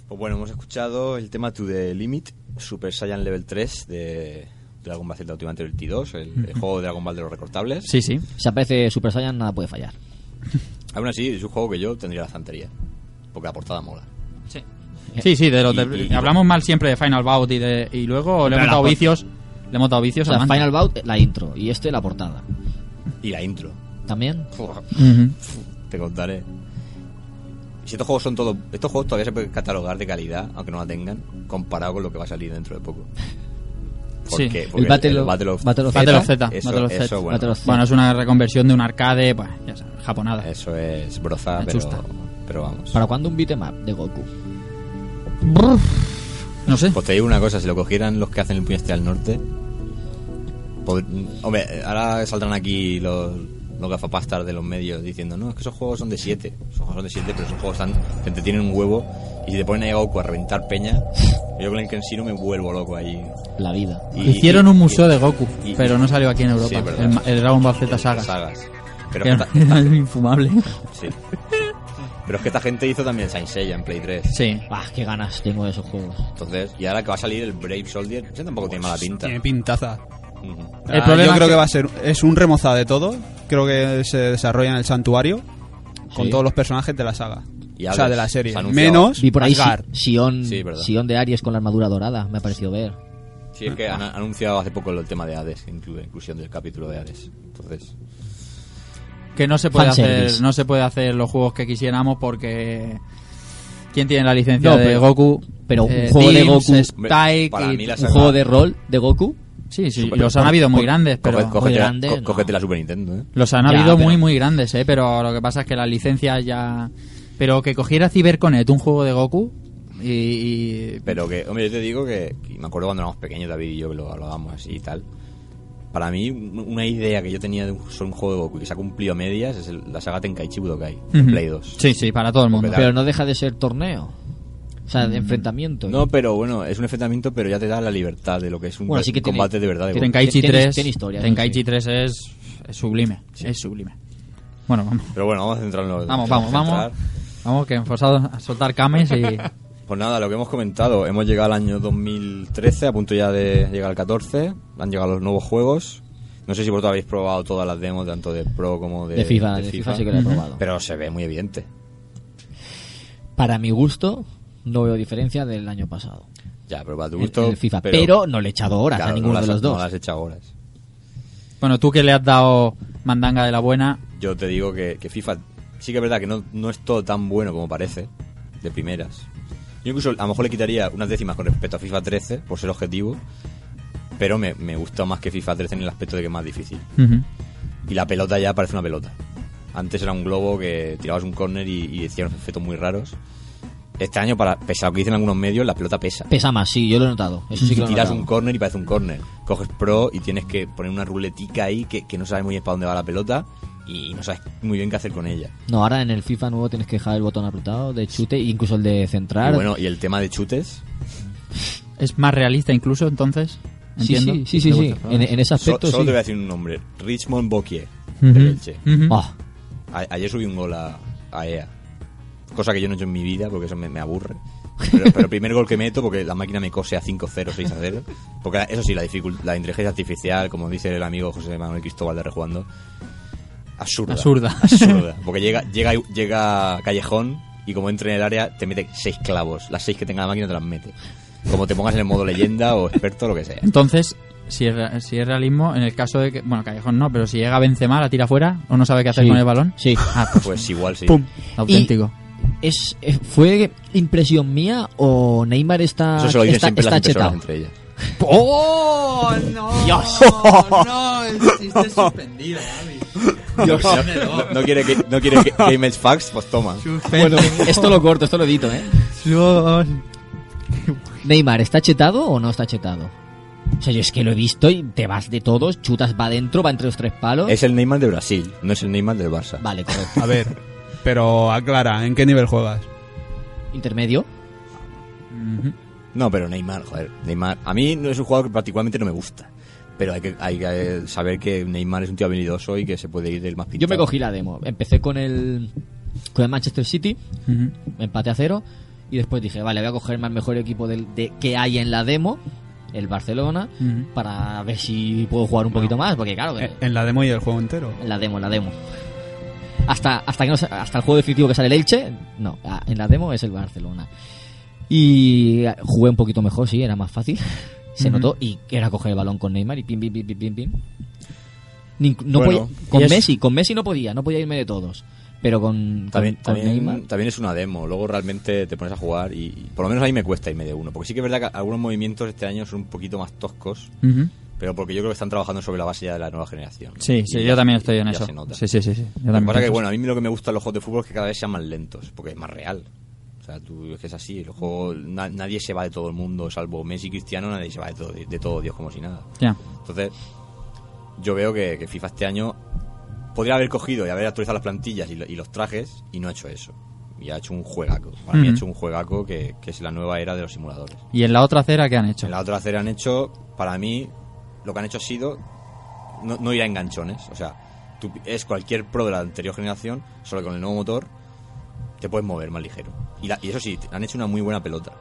Speaker 2: Pues bueno, hemos escuchado el tema To The Limit, Super Saiyan Level 3 de Dragon Ball Z Ultimate 22, el, el juego de Dragon Ball de los recortables.
Speaker 5: Sí, sí.
Speaker 3: Si aparece Super Saiyan, nada puede fallar.
Speaker 2: Aún así, es un juego que yo tendría en la estantería, porque la portada mola.
Speaker 5: Sí, sí, de los de-
Speaker 2: Y- y-
Speaker 5: hablamos mal siempre de Final Bout y, de, y luego le
Speaker 3: Pero
Speaker 5: hemos dado
Speaker 3: la-
Speaker 5: vicios. Le hemos dado
Speaker 3: O
Speaker 5: vicios a
Speaker 3: sea,
Speaker 5: Manta.
Speaker 3: Final Bout, la intro. Y este, la portada.
Speaker 2: Y la intro,
Speaker 3: También.
Speaker 5: Ujú.
Speaker 2: te contaré. Si estos juegos son todos... Estos juegos todavía se pueden catalogar de calidad, aunque no la tengan, comparado con lo que va a salir dentro de poco.
Speaker 5: Sí.
Speaker 2: Porque,
Speaker 5: El
Speaker 2: porque
Speaker 3: Battle of- Battle of
Speaker 5: Battle of Z.
Speaker 2: Eso,
Speaker 5: Battle of Z.
Speaker 2: eso, bueno,
Speaker 3: Battle of Z.
Speaker 5: Bueno, es una reconversión de un arcade, pues, ya sabes, japonada.
Speaker 2: eso es broza,
Speaker 5: Me
Speaker 2: pero,
Speaker 5: chusta.
Speaker 2: pero vamos.
Speaker 3: ¿Para cuándo un beatmap de Goku?
Speaker 5: No sé.
Speaker 2: Pues te digo una cosa, si lo cogieran los que hacen el puñete al norte. pod- Hombre, ahora saldrán aquí los, los gafapastas de los medios diciendo, no, es que esos juegos son de 7. Esos juegos son de 7, pero esos juegos tan, te entretienen un huevo. Y si te ponen ahí a Goku a reventar peña, yo con el Kensino me vuelvo loco ahí.
Speaker 3: La vida.
Speaker 2: Y-
Speaker 5: Hicieron un
Speaker 2: y-
Speaker 5: museo
Speaker 2: y-
Speaker 5: de Goku,
Speaker 2: y-
Speaker 5: pero no salió aquí en Europa.
Speaker 2: Sí, es verdad.
Speaker 5: el, ma- el Dragon Ball Z Saga.
Speaker 2: Sagas. Pero,
Speaker 5: Que
Speaker 2: es
Speaker 5: era-
Speaker 2: que esta-
Speaker 5: era infumable.
Speaker 2: sí. pero es que esta gente hizo también Saint Seiya en Play 3.
Speaker 5: Sí.
Speaker 3: Bah, Ah, qué ganas tengo de esos juegos.
Speaker 2: Entonces, y ahora que va a salir el Brave Soldier, ese tampoco tiene
Speaker 5: Pues
Speaker 2: mala pinta.
Speaker 4: Tiene pintaza.
Speaker 2: Ujú.
Speaker 5: El
Speaker 4: Ah, yo creo
Speaker 5: problema es
Speaker 4: que...
Speaker 5: que-
Speaker 4: va a ser es un remoza de todo. Creo que se desarrolla en el santuario con
Speaker 3: Sí.
Speaker 4: todos los personajes de la saga.
Speaker 2: Y
Speaker 4: o sea,
Speaker 2: Hades,
Speaker 4: de la serie.
Speaker 2: se ha anunciado.
Speaker 4: Menos
Speaker 3: Vi por ahí Si-
Speaker 4: Asgard.
Speaker 3: Sion,
Speaker 2: Sí, verdad.
Speaker 3: Sion de Aries con la armadura dorada, me ha parecido ver.
Speaker 2: Sí, es que han han anunciado hace poco el tema de Hades, inclu- inclusión del capítulo de Hades. Entonces,
Speaker 5: Que no se puede
Speaker 3: Fanservice.
Speaker 5: hacer, no se puede hacer los juegos que quisiéramos porque quién tiene la licencia
Speaker 3: No,
Speaker 5: de
Speaker 3: pero-
Speaker 5: Goku. Eh,
Speaker 3: pero un juego de Goku-
Speaker 5: Spike
Speaker 2: Hombre, para mí la
Speaker 5: y-
Speaker 3: Un
Speaker 2: saga-
Speaker 3: juego de rol de Goku.
Speaker 5: sí, sí,
Speaker 2: Super-
Speaker 5: los han habido muy
Speaker 2: co-
Speaker 5: grandes,
Speaker 2: coge-
Speaker 5: pero
Speaker 2: cógete, la-
Speaker 3: grande,
Speaker 2: co-
Speaker 3: no.
Speaker 2: cógete la Super Nintendo, ¿eh?
Speaker 5: los han
Speaker 3: Ya,
Speaker 5: habido
Speaker 3: pero-
Speaker 5: muy muy grandes, eh, pero lo que pasa es que las licencias ya pero que cogiera CyberConnect un juego de Goku y, y-
Speaker 2: Pero que, hombre, yo te digo que, que me acuerdo cuando éramos pequeños, David y yo, que lo hablábamos así y tal. Para mí, un- una idea que yo tenía de un, sobre un juego de Goku que se ha cumplido a medias es el- la saga Tenkaichi Budokai, de
Speaker 5: Ujú.
Speaker 2: Play 2.
Speaker 5: Sí, sí, para todo el mundo.
Speaker 2: Porque
Speaker 3: Pero no deja de ser torneo. O sea,
Speaker 5: Mm.
Speaker 3: de enfrentamiento.
Speaker 2: No, pero bueno, es un enfrentamiento, pero ya te da la libertad de lo que es un
Speaker 3: Bueno, sí que tiene-
Speaker 2: combate de verdad de Goku.
Speaker 3: tiene-
Speaker 5: Tenkaichi
Speaker 3: tiene-
Speaker 5: 3,
Speaker 3: tiene historia, ¿no?
Speaker 5: Tenkaichi
Speaker 3: Sí.
Speaker 5: 3 es, es sublime, es sublime. Bueno, vamos.
Speaker 2: Pero bueno, vamos a centrarnos.
Speaker 5: Vamos, vamos, vamos.
Speaker 2: centrar.
Speaker 5: Vamos que enforzados a soltar cames y
Speaker 2: Pues nada, lo que hemos comentado, hemos llegado al año 2013, a punto ya de llegar al 14, han llegado los nuevos juegos. No sé si vosotros habéis probado todas las demos, tanto de Pro como de,
Speaker 3: De FIFA, de FIFA sí que lo he probado.
Speaker 2: Pero se ve muy evidente.
Speaker 3: Para mi gusto, no veo diferencia del año pasado.
Speaker 2: Ya, pero para tu
Speaker 3: En-
Speaker 2: gusto.
Speaker 3: en el FIFA, pero no le he echado horas a
Speaker 2: no
Speaker 3: ninguno
Speaker 2: las-
Speaker 3: de los dos.
Speaker 2: No las he echado horas.
Speaker 5: Bueno, tú que le has dado mandanga de la buena,
Speaker 2: Yo te digo que, que FIFA, sí que es verdad que no, no es todo tan bueno como parece, de primeras. Yo incluso a lo mejor le quitaría unas décimas con respecto a FIFA 13, por ser objetivo, pero me, me gusta más que FIFA 13 en el aspecto de que es más difícil. Y la pelota ya parece una pelota. Antes era un globo que tirabas un córner y, y hacía unos efectos muy raros. Este año, para, pese a lo que dicen algunos medios, la pelota pesa.
Speaker 3: Pesa más, sí, yo lo he notado. Eso sí que
Speaker 2: Si
Speaker 3: lo he
Speaker 2: tiras
Speaker 3: notado.
Speaker 2: un córner y parece un córner. Coges pro y tienes que poner una ruletica ahí que, que no sabes muy bien para dónde va la pelota y no sabes muy bien qué hacer con ella.
Speaker 3: No, ahora en el FIFA nuevo tienes que dejar el botón apretado de chute, incluso el de centrar.
Speaker 2: Y bueno, y el tema de chutes.
Speaker 5: es más realista incluso, entonces.
Speaker 3: sí,
Speaker 5: Entiendo.
Speaker 3: sí, sí, sí,
Speaker 5: ¿Te
Speaker 3: sí.
Speaker 5: gusta?
Speaker 3: En, en ese
Speaker 2: so-
Speaker 3: aspecto
Speaker 2: solo
Speaker 3: sí.
Speaker 2: te voy a decir un nombre: Richmond Boquier,
Speaker 5: Ujú,
Speaker 2: de Elche.
Speaker 5: ujú.
Speaker 3: Ah,
Speaker 2: A- Ayer subí un gol a, a EA. Cosa que yo no he hecho en mi vida porque eso me, me aburre. Pero, pero el primer gol que meto porque la máquina me cose a 5-0, 6-0. Porque la- eso sí, la, dificul- la inteligencia artificial, como dice el amigo José Manuel Cristóbal de Rejugando, absurda.
Speaker 5: Absurda.
Speaker 2: Absurda. Porque llega, llega, llega Callejón y como entra en el área te mete 6 clavos. Las 6 que tenga la máquina te las mete. Como te pongas en el modo leyenda o experto, lo que sea.
Speaker 5: Entonces, si es, re- si es realismo, en el caso de que. Bueno, Callejón no, pero si llega Benzema, la tira fuera o no sabe qué hacer
Speaker 3: sí,
Speaker 5: con el balón.
Speaker 3: Sí.
Speaker 5: Ah, pues,
Speaker 2: Pues igual sí.
Speaker 5: auténtico.
Speaker 3: ¿Es, eh, ¿Fue impresión mía o Neymar está,
Speaker 2: Eso se lo dicen
Speaker 3: Ah, está,
Speaker 2: siempre las
Speaker 3: está
Speaker 2: impresoras
Speaker 3: chetado?
Speaker 2: entre ellas.
Speaker 5: ¡Oh! ¡No!
Speaker 3: Dios.
Speaker 5: ¡No! Estás suspendido,
Speaker 2: Dios. No, no quiere, que, no quiere que Game Edge Facts, pues toma.
Speaker 3: Bueno, esto lo corto, esto lo edito, ¿eh? Neymar, ¿está chetado o no está chetado? O sea, yo es que lo he visto y te vas de todos, chutas va adentro, va entre los tres palos.
Speaker 2: Es el Neymar de Brasil, no es el Neymar del Barça.
Speaker 3: Vale, correcto.
Speaker 4: A ver, pero aclara, ¿en qué nivel juegas?
Speaker 3: Intermedio.
Speaker 2: No, pero Neymar, joder, Neymar. A mí no es un jugador que particularmente no me gusta. Pero hay que, hay que saber que Neymar es un tío habilidoso y que se puede ir del más pintado.
Speaker 3: Yo me cogí la demo. Empecé con el, con el Manchester City, me empaté a cero. Y después dije, vale, voy a cogerme el mejor equipo del- de, que hay en la demo, el Barcelona,
Speaker 5: Ujú.
Speaker 3: para ver si puedo jugar un poquito más, porque
Speaker 2: Eh,
Speaker 3: claro, que-
Speaker 4: E, En en la demo y el juego entero.
Speaker 3: en la demo, en la demo. Hasta, hasta, que no sa- hasta el juego definitivo que sale el Elche, no, ah, en la demo es el Barcelona. Y ah, jugué un poquito mejor, sí, era más fácil. Se
Speaker 5: Ujú.
Speaker 3: notó y era coger el balón con Neymar y pim, pim, pim, pim, pim, pim. Ni- no
Speaker 2: Bueno,
Speaker 3: podía- con
Speaker 2: y es-
Speaker 3: Messi, con Messi no podía, no podía irme de todos. Pero con, con-
Speaker 2: También,
Speaker 3: con Neymar.
Speaker 2: también, también es una demo, luego realmente te pones a jugar y y por lo menos ahí me cuesta irme de uno, porque sí que es verdad que algunos movimientos este año son un poquito más toscos,
Speaker 5: Ujú.
Speaker 2: pero porque yo creo que están trabajando sobre la base ya de la nueva generación. ¿no?
Speaker 5: Sí,
Speaker 2: Y
Speaker 5: sí,
Speaker 2: ya-
Speaker 5: yo también estoy en
Speaker 2: ya
Speaker 5: eso.
Speaker 2: se nota.
Speaker 5: Sí, sí, sí, sí. Yo
Speaker 2: Lo que
Speaker 5: también
Speaker 2: pasa que,
Speaker 5: pienso
Speaker 2: bueno, a mí lo que me gusta de los juegos de fútbol es que cada vez sean más lentos, porque es más real. O sea, tú es que es así, el juego, na- nadie se va de todo el mundo, salvo Messi y Cristiano, nadie se va de todo, de todo Dios como si nada.
Speaker 5: eso. Ya.
Speaker 2: Entonces, yo veo que, que FIFA este año podría haber cogido y haber actualizado las plantillas y, lo- y los trajes y no ha hecho eso. Y ha hecho un juegaco. Para mí ha
Speaker 5: Ujú.
Speaker 2: hecho un juegaco que, que es la nueva era de los simuladores.
Speaker 5: ¿Y en la otra acera qué han hecho?
Speaker 2: En la otra acera han hecho, para mí, lo que han hecho ha sido no, no ir a enganchones. O sea, tú- es cualquier pro de la anterior generación, solo que con el nuevo motor te puedes mover más ligero. Y, la- y eso sí, han hecho una muy buena pelota.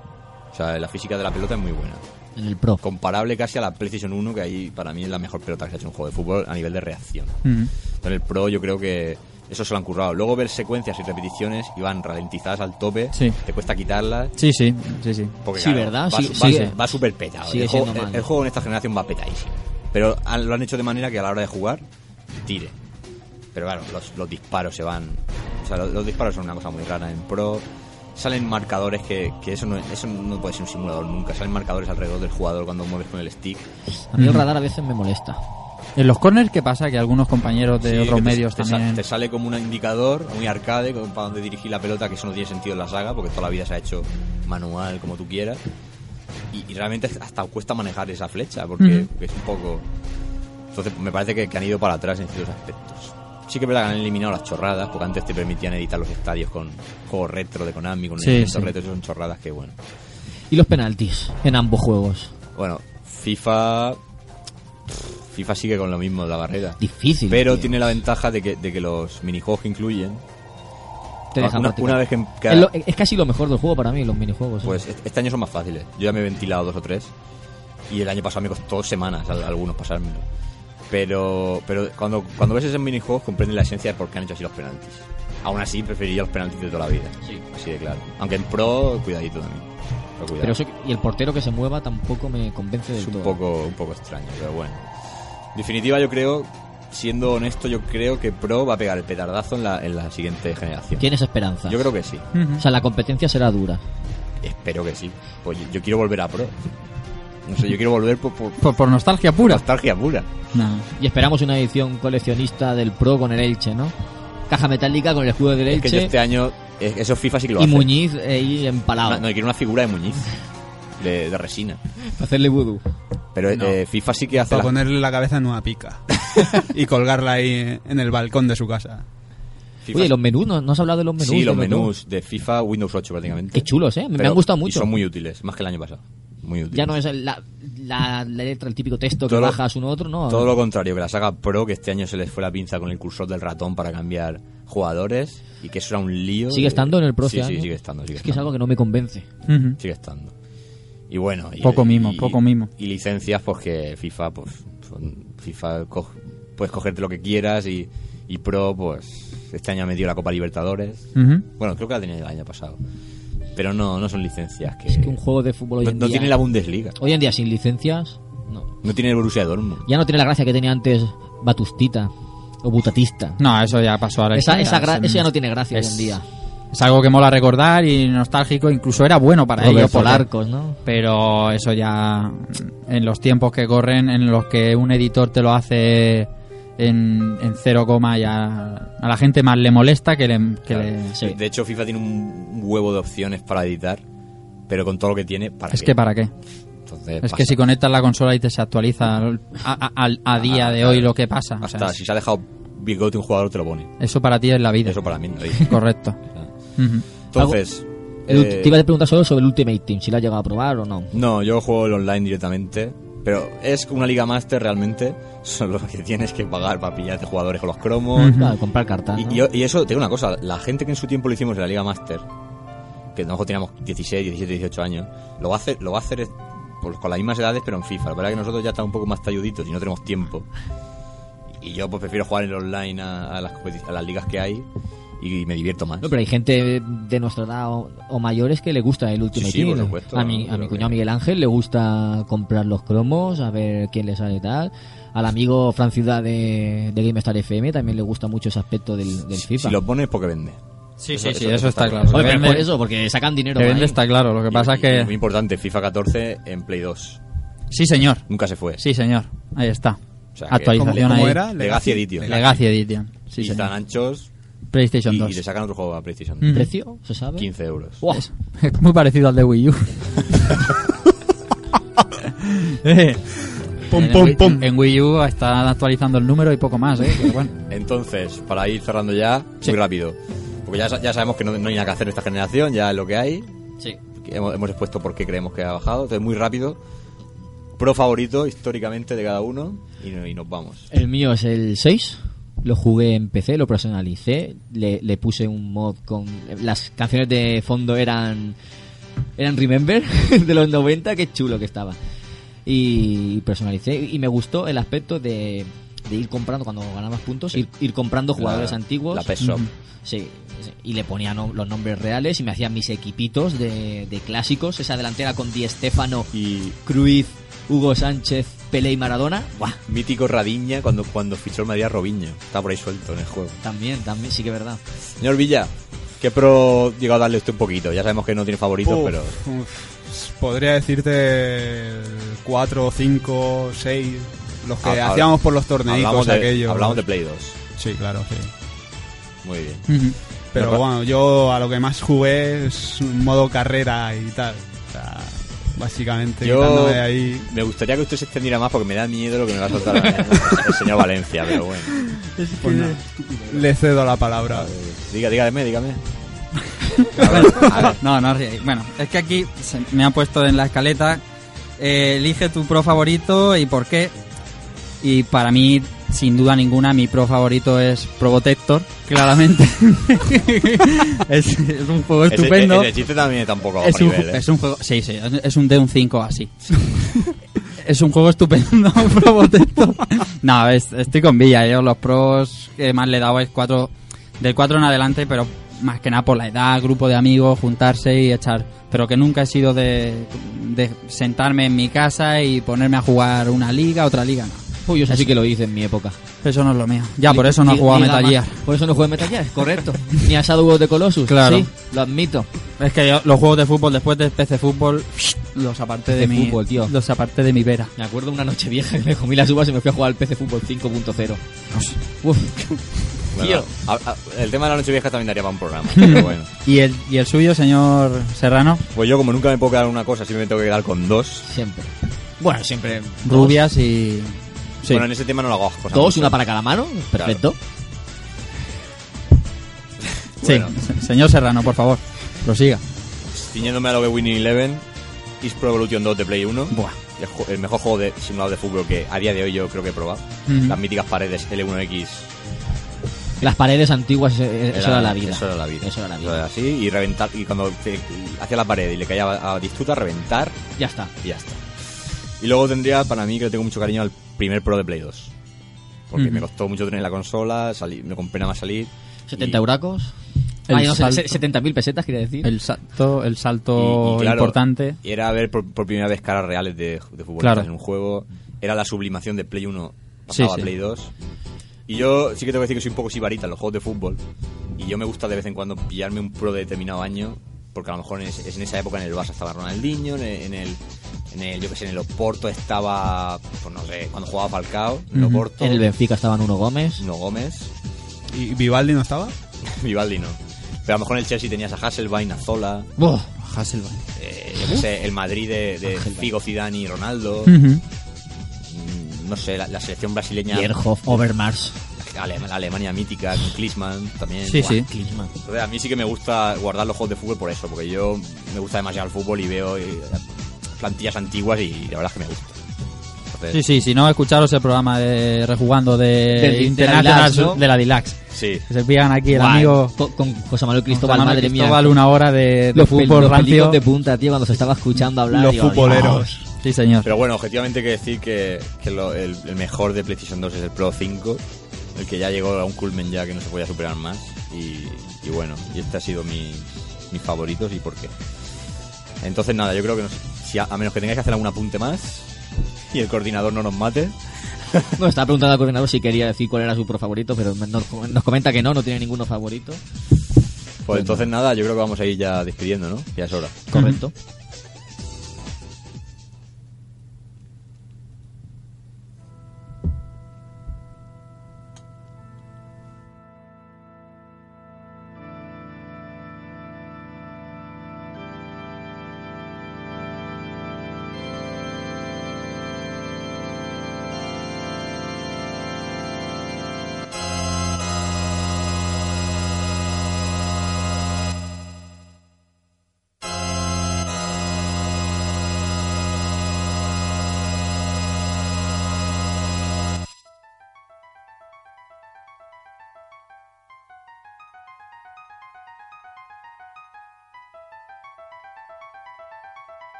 Speaker 2: O sea, la física de la pelota es muy buena
Speaker 3: En el Pro.
Speaker 2: comparable casi a la PlayStation 1, que ahí para mí es la mejor pelota que se ha hecho en un juego de fútbol a nivel de reacción.
Speaker 5: Ujú.
Speaker 2: En el Pro yo creo que eso se lo han currado. Luego ver secuencias y repeticiones y van ralentizadas al tope,
Speaker 5: Sí.
Speaker 2: te cuesta quitarlas.
Speaker 5: Sí, sí, sí, sí.
Speaker 2: Porque,
Speaker 3: Sí,
Speaker 2: claro,
Speaker 3: ¿verdad?
Speaker 2: Va,
Speaker 3: Sí,
Speaker 2: va-
Speaker 3: sí,
Speaker 2: va-
Speaker 3: sí.
Speaker 2: va súper petado.
Speaker 3: Sigue
Speaker 2: el, juego,
Speaker 3: siendo
Speaker 2: el-
Speaker 3: mal.
Speaker 2: el juego en esta generación va petadísimo. Pero han- lo han hecho de manera que a la hora de jugar, tire. Pero claro, los, los disparos se van. O sea, los, los disparos son una cosa muy rara en pro. Salen marcadores que, que eso, no, eso no puede ser un simulador nunca. Salen marcadores alrededor del jugador cuando mueves con el stick.
Speaker 3: A mí el
Speaker 5: Ujú.
Speaker 3: radar a veces me molesta.
Speaker 5: En los corners, ¿qué pasa? Que algunos compañeros de
Speaker 2: Sí,
Speaker 5: otros
Speaker 2: que te-
Speaker 5: medios
Speaker 2: te, sa-
Speaker 5: también.
Speaker 2: Te sale como un indicador muy arcade como para donde dirigir la pelota, que eso no tiene sentido en la saga, porque toda la vida se ha hecho manual, como tú quieras. Y, y realmente hasta cuesta manejar esa flecha, porque
Speaker 5: Ujú.
Speaker 2: es un poco. Entonces, me parece que, que han ido para atrás en ciertos aspectos. Sí que es verdad que han eliminado las chorradas, porque antes te permitían editar los estadios con juegos retro de Konami, con
Speaker 5: Sí,
Speaker 2: elementos
Speaker 5: sí.
Speaker 2: retro, eso son chorradas que bueno.
Speaker 3: Y los penaltis en ambos juegos.
Speaker 2: Bueno, FIFA. FIFA sigue con lo mismo la barrera.
Speaker 3: Difícil.
Speaker 2: Pero
Speaker 3: tío.
Speaker 2: tiene la ventaja de que, de que los minijuegos que incluyen
Speaker 3: Te deja
Speaker 2: Ah, una,
Speaker 3: practicar.
Speaker 2: una vez que
Speaker 3: Es, lo- es casi lo mejor del juego para mí, los minijuegos. ¿eh?
Speaker 2: pues est- este año son más fáciles yo ya me he ventilado dos o tres y el año pasado me costó semanas a- a algunos pasármelo pero pero cuando cuando ves esos minijuegos comprendes la esencia de por qué han hecho así los penaltis aún así preferiría los penaltis de toda la vida
Speaker 3: Sí.
Speaker 2: así de claro aunque en pro cuidadito también Pero cuidado.
Speaker 3: Pero eso, y el portero que se mueva tampoco me convence del
Speaker 2: es un
Speaker 3: todo.
Speaker 2: poco un poco extraño pero bueno en definitiva yo creo siendo honesto yo creo que pro va a pegar el petardazo en la, en la siguiente generación
Speaker 3: Tienes esperanza.
Speaker 2: yo creo que sí
Speaker 5: Ujú.
Speaker 3: O sea, la competencia será dura.
Speaker 2: Espero que sí. Pues yo, yo quiero volver a Pro. No sé, yo quiero volver por, por
Speaker 5: por, por nostalgia pura.
Speaker 2: nostalgia pura.
Speaker 5: No.
Speaker 3: Y esperamos una edición coleccionista del Pro con el Elche, ¿no? Caja metálica con el escudo del
Speaker 2: Es que yo
Speaker 3: Elche
Speaker 2: este año, eh, esos FIFA sí que lo
Speaker 3: y
Speaker 2: hacen.
Speaker 3: Muñiz eh, ahí empalado.
Speaker 2: Una- no, yo quiero una figura de Muñiz, de, de resina.
Speaker 3: Para hacerle vudú.
Speaker 2: Pero
Speaker 4: No.
Speaker 2: eh, FIFA sí que hace...
Speaker 4: Para
Speaker 2: las-
Speaker 4: ponerle la cabeza en una pica. y colgarla ahí en el balcón de su casa.
Speaker 2: FIFA
Speaker 3: Oye, los menús, ¿no, no has hablado de los menús?
Speaker 2: sí, los
Speaker 3: de
Speaker 2: menús de FIFA Windows 8 prácticamente.
Speaker 3: Qué chulos, ¿eh? Me
Speaker 2: Pero-
Speaker 3: han gustado
Speaker 2: y
Speaker 3: mucho.
Speaker 2: son muy útiles, más que el año pasado. Muy útiles.
Speaker 3: Ya no es el- la, la- la letra, el típico texto que
Speaker 2: Todo lo-
Speaker 3: bajas uno a otro, ¿no?
Speaker 2: Todo lo contrario, que la saga Pro, que este año se les fue la pinza con el cursor del ratón para cambiar jugadores y que eso era un lío.
Speaker 3: Sigue
Speaker 2: Eh,
Speaker 3: estando en el Pro
Speaker 2: Sí,
Speaker 3: este
Speaker 2: sí,
Speaker 3: año.
Speaker 2: sigue estando. Sigue
Speaker 3: Es que es
Speaker 2: estando.
Speaker 3: algo que no me convence.
Speaker 5: Ujú.
Speaker 2: sigue estando. Y bueno, y-
Speaker 5: Poco mimo,
Speaker 2: y-
Speaker 5: poco mimo.
Speaker 2: Y licencias, pues que FIFA, pues son- FIFA co- puedes cogerte lo que quieras y, y Pro, pues este año ha metido la Copa Libertadores.
Speaker 5: Ujú.
Speaker 2: Bueno, creo que la tenía el año pasado. Pero no, no son licencias que...
Speaker 3: Es que un juego de fútbol hoy
Speaker 2: no,
Speaker 3: en
Speaker 2: no
Speaker 3: día.
Speaker 2: tiene la Bundesliga,
Speaker 3: Hoy en día sin licencias, no.
Speaker 2: no tiene el Borussia Dortmund.
Speaker 3: Ya no tiene la gracia que tenía antes Batustita o Butatista.
Speaker 5: No, eso ya pasó ahora.
Speaker 3: Esa-
Speaker 5: historia.
Speaker 3: esa gra-
Speaker 5: Es un-
Speaker 3: eso ya no tiene gracia hoy
Speaker 5: es-
Speaker 3: en día.
Speaker 5: Es algo que mola recordar y nostálgico, incluso era bueno para
Speaker 3: Robert
Speaker 5: ellos. porque-
Speaker 3: Polarcos, ¿no?
Speaker 5: Pero eso ya en los tiempos que corren, en los que un editor te lo hace en, en cero coma, ya a la gente más le molesta que le... que le-
Speaker 3: Sí.
Speaker 2: De hecho, FIFA tiene un huevo de opciones para editar, pero con todo lo que tiene, ¿para
Speaker 5: Es
Speaker 2: qué?
Speaker 5: que para qué.
Speaker 2: Entonces,
Speaker 5: Es
Speaker 2: pasa.
Speaker 5: que si conectas la consola y te se actualiza al- a, a- al- a día de hoy lo que pasa. o sea,
Speaker 2: Hasta si se ha dejado bigote un jugador te lo pone.
Speaker 5: eso para ti es la vida.
Speaker 2: Eso para mí no dice.
Speaker 5: Correcto. Ujú.
Speaker 2: Entonces...
Speaker 3: Edu,
Speaker 2: eh,
Speaker 3: Te iba a preguntar solo sobre el Ultimate Team, si la has llegado a probar o no.
Speaker 2: No, yo juego el online directamente. Pero es una liga master realmente. Solo que tienes que pagar para pillarte jugadores con los cromos.
Speaker 5: Ujú.
Speaker 3: Claro, comprar cartas.
Speaker 2: Y-
Speaker 3: ¿no?
Speaker 2: y, y eso, te digo una cosa. La gente que en su tiempo lo hicimos en la liga master que nosotros teníamos 16, 17, 18 años, lo va a hacer, lo va a hacer es- pues, con las mismas edades, pero en FIFA. La verdad es que nosotros ya estamos un poco más talluditos y no tenemos tiempo. Y yo pues prefiero jugar en el online a, a las, competi- a las ligas que hay y me divierto más.
Speaker 3: No, pero hay gente de nuestra edad o, o mayores que le gusta el Ultimate
Speaker 2: Sí, sí, por
Speaker 3: Team.
Speaker 2: supuesto,
Speaker 3: a mi, a
Speaker 2: pero
Speaker 3: mi
Speaker 2: que-
Speaker 3: cuñado Miguel Ángel le gusta comprar los cromos, a ver quién le sale tal. Al amigo Fran Ciudad de, de GameStar FM también le gusta mucho ese aspecto del, del FIFA.
Speaker 2: Si lo pones porque vende.
Speaker 5: Sí,
Speaker 2: Eso-
Speaker 5: sí, sí,
Speaker 2: eso-
Speaker 5: eso,
Speaker 2: eso
Speaker 5: está
Speaker 2: está
Speaker 5: claro.
Speaker 3: Oye,
Speaker 5: Que
Speaker 3: pero
Speaker 5: vende-
Speaker 3: por eso, porque sacan dinero.
Speaker 5: que
Speaker 3: de
Speaker 5: vende
Speaker 3: ahí.
Speaker 5: está claro. Lo que
Speaker 2: Y-
Speaker 5: pasa
Speaker 2: y-
Speaker 5: es
Speaker 2: y Muy
Speaker 5: que...
Speaker 2: importante, FIFA 14 en Play 2.
Speaker 5: Sí, señor.
Speaker 2: Nunca se fue.
Speaker 5: Sí, señor. Ahí está.
Speaker 2: O sea, que-
Speaker 4: ¿Cómo,
Speaker 5: Actualización
Speaker 4: cómo
Speaker 5: ahí.
Speaker 4: era?
Speaker 2: Legacy Edition.
Speaker 5: Legacy Edition. Sí,
Speaker 2: y están
Speaker 5: señor.
Speaker 2: anchos
Speaker 5: PlayStation
Speaker 2: y,
Speaker 5: 2.
Speaker 2: y le sacan otro juego a PlayStation.
Speaker 5: Mm.
Speaker 3: ¿Precio? ¿Se sabe?
Speaker 2: 15 euros.
Speaker 3: Buah,
Speaker 5: Es muy parecido al de Wii U. Eh,
Speaker 4: Pum,
Speaker 5: en
Speaker 4: pum,
Speaker 5: Wii-
Speaker 4: pum.
Speaker 5: En Wii U están actualizando el número y poco más, ¿eh? Pero bueno.
Speaker 2: Entonces, para ir cerrando ya,
Speaker 5: Sí.
Speaker 2: muy rápido. Porque ya, sa- ya sabemos que no, no hay nada que hacer en esta generación, ya es lo que hay.
Speaker 3: Sí.
Speaker 2: que Hemos, hemos expuesto por qué creemos que ha bajado. Entonces, muy rápido. Pro favorito históricamente de cada uno y, no- y nos vamos.
Speaker 3: El mío es el 6. Lo jugué en PC, lo personalicé, le, le puse un mod con... Las canciones de fondo eran... Eran Remember de los 90, qué chulo que estaba. Y personalicé y me gustó el aspecto de, de ir comprando, cuando ganabas puntos, ir, ir comprando jugadores
Speaker 2: La-
Speaker 3: antiguos.
Speaker 2: La PES Shop.
Speaker 5: Ujú.
Speaker 3: Sí, sí. y le ponía nom- los nombres reales y me hacía mis equipitos de, de clásicos. Esa delantera con Di Stefano,
Speaker 2: Y
Speaker 3: Cruyff, Hugo Sánchez, Pelé y Maradona. ¡Buah!
Speaker 2: mítico Radiña cuando, cuando fichó el Madrid a Robinho. Está por ahí suelto en el juego.
Speaker 3: También, también, sí que es verdad.
Speaker 2: Señor Villa, ¿qué pro llegó a darle usted un poquito? Ya sabemos que no tiene favoritos,
Speaker 4: Uf,
Speaker 2: pero
Speaker 4: uf. podría decirte 4, 5, 6, los que
Speaker 2: Habla-
Speaker 4: hacíamos por los torneitos
Speaker 2: hablamos de,
Speaker 4: aquellos.
Speaker 2: hablamos de Play 2.
Speaker 4: Sí, claro, sí.
Speaker 2: Muy bien.
Speaker 5: Ujú.
Speaker 4: Pero
Speaker 2: Pero-
Speaker 4: bueno, yo a lo que más jugué es un modo carrera y tal. O sea, básicamente
Speaker 2: Yo-
Speaker 4: quitándome de ahí.
Speaker 2: Me gustaría que usted se extendiera más porque me da miedo lo que me va a soltar el señor Valencia, pero bueno.
Speaker 4: pues nada, le cedo la palabra.
Speaker 2: Diga, dígame, dígame.
Speaker 5: No, no os riáis. Bueno, es que aquí se me han puesto en la escaleta. eh, elige tu pro favorito y por qué. Y para mí, sin duda ninguna, mi pro favorito es Probotector, claramente. es, es un juego
Speaker 2: Ese-
Speaker 5: estupendo.
Speaker 2: El, el chiste también tampoco va
Speaker 5: es,
Speaker 2: por
Speaker 5: un,
Speaker 2: nivel,
Speaker 5: ju-
Speaker 2: ¿eh?
Speaker 5: es un juego, sí, sí, es- es un D un 5 así. es un juego estupendo, Probotector. no, es- estoy con Villa, yo los pros que más le he dado es 4, del 4 en adelante, pero más que nada por la edad, grupo de amigos, juntarse y echar. Pero que nunca he sido de, de sentarme en mi casa y ponerme a jugar una liga, otra liga, no.
Speaker 3: Uy, eso sí que lo hice en mi época.
Speaker 5: Eso no es lo mío. Ya, por eso no he
Speaker 3: Ni-
Speaker 5: jugado a
Speaker 3: ni
Speaker 5: Metal
Speaker 3: Gama-
Speaker 5: Gear.
Speaker 3: Por eso no jugué a Metal Gear, correcto. Ni a Shadow of the Colossus.
Speaker 5: Claro.
Speaker 3: Sí, lo admito.
Speaker 5: Es que yo, los juegos de fútbol después de PC Fútbol los aparté de,
Speaker 3: PC
Speaker 5: mi
Speaker 3: Fútbol, tío.
Speaker 5: los aparté de mi vera.
Speaker 3: Me acuerdo una noche vieja que me comí las uvas y me fui a jugar al PC Fútbol 5.0. Uf.
Speaker 2: Bueno, a- a- el tema de la noche vieja también daría para un programa, pero bueno.
Speaker 5: ¿Y el, ¿Y el suyo, señor Serrano?
Speaker 2: Pues yo, como nunca me puedo quedar una cosa, siempre me tengo que quedar con dos.
Speaker 3: Siempre. Bueno, siempre.
Speaker 5: Rubias y... Sí.
Speaker 2: Bueno, en ese tema no lo hago cosas.
Speaker 3: Dos, una para cada mano. Perfecto.
Speaker 5: Sí.
Speaker 2: bueno.
Speaker 5: Se- Señor Serrano, por favor, prosiga.
Speaker 2: Ciñéndome a lo que Winning Eleven, Is Pro Evolution 2 de Play 1.
Speaker 5: Buah.
Speaker 2: El, ju- el mejor juego de simulado de fútbol que a día de hoy yo creo que he probado.
Speaker 5: Ujú.
Speaker 2: Las míticas paredes L1X.
Speaker 3: Las paredes antiguas, eh, eh, eso era la vida.
Speaker 2: Eso era la vida.
Speaker 3: Eso era la vida.
Speaker 2: Eso era así, y reventar. Y cuando te- hacía la pared y le caía a, a Disputa, reventar
Speaker 3: Ya está.
Speaker 2: y ya está. Y luego tendría, para mí, que le tengo mucho cariño al primer Pro de Play 2. Porque
Speaker 5: Ujú.
Speaker 2: me costó mucho tener la consola, salí, me compré nada más salir.
Speaker 3: 70
Speaker 2: y-
Speaker 3: huracos.
Speaker 5: El
Speaker 3: Ay, no, se-
Speaker 5: salto.
Speaker 3: se- 70.000 pesetas, quería decir.
Speaker 5: El salto, el
Speaker 2: y-
Speaker 5: salto
Speaker 2: y claro,
Speaker 5: importante.
Speaker 2: Era ver por, por primera vez caras reales de, de futbolistas
Speaker 5: Claro.
Speaker 2: en un juego. Era la sublimación de Play 1 pasaba
Speaker 5: Sí, sí.
Speaker 2: a Play 2. Y yo sí que tengo que decir que soy un poco sibarita en los juegos de fútbol. Y yo me gusta de vez en cuando pillarme un pro de determinado año. Porque a lo mejor en, es- es en esa época en el Barça estaba Ronaldinho, en el, en el, en el, yo que sé, en el Oporto estaba, pues no sé, cuando jugaba Falcao, en el
Speaker 5: Ujú.
Speaker 2: Oporto,
Speaker 3: En el Benfica estaban Uno Gómez.
Speaker 2: Nuno Gómez,
Speaker 4: ¿Y Vivaldi no estaba?
Speaker 2: Vivaldi no. Pero a lo mejor en el Chelsea tenías a Hasselbein, a Zola,
Speaker 3: Buah.
Speaker 5: Hasselbein.
Speaker 2: eh, yo qué sé, el Madrid de, de Figo, Zidane y Ronaldo.
Speaker 5: Ujú.
Speaker 2: Mm, no sé, la, la selección brasileña,
Speaker 3: Bierhoff, Overmars,
Speaker 2: Alema- la Alemania mítica, con Klinsmann también.
Speaker 5: Sí,
Speaker 2: Buah.
Speaker 5: sí.
Speaker 3: Klinsmann.
Speaker 2: Entonces a mí sí que me gusta guardar los juegos de fútbol por eso, porque yo me gusta demasiado el fútbol y veo eh, plantillas antiguas y la verdad es que me gusta. Entonces,
Speaker 5: Sí, sí, si no, escucharos el programa de Rejugando de
Speaker 3: Del- de la
Speaker 5: Internacional
Speaker 3: Dilax, ¿no?
Speaker 5: de la Dilax.
Speaker 2: Sí.
Speaker 5: Que se pillan aquí el
Speaker 3: Guau,
Speaker 5: amigo
Speaker 3: con, con José Manuel Cristóbal,
Speaker 5: José Manuel
Speaker 3: madre
Speaker 5: Cristóbal,
Speaker 3: mía.
Speaker 5: una hora de, de
Speaker 3: los pel-
Speaker 5: fútbol
Speaker 3: los
Speaker 5: rancio.
Speaker 3: peligros de punta, tío, cuando se estaba escuchando hablar.
Speaker 4: Los
Speaker 3: digo,
Speaker 4: futboleros.
Speaker 5: Sí, señor.
Speaker 2: Pero bueno, objetivamente hay que decir que, que lo- el, el mejor de PlayStation 2 es el Pro 5, el que ya llegó a un culmen ya que no se podía superar más. Y, y bueno, y este ha sido mi, mis favoritos y por qué. Entonces nada, yo creo que no sé, si a, a menos que tengáis que hacer algún apunte más y el coordinador no nos mate.
Speaker 3: "Dios". Bueno, estaba preguntando al coordinador si quería decir cuál era su pro favorito, pero nos, nos comenta que no, no tiene ninguno favorito.
Speaker 2: Pues entonces nada, yo creo que vamos a ir ya despidiendo, ¿no? Ya es hora.
Speaker 3: Correcto.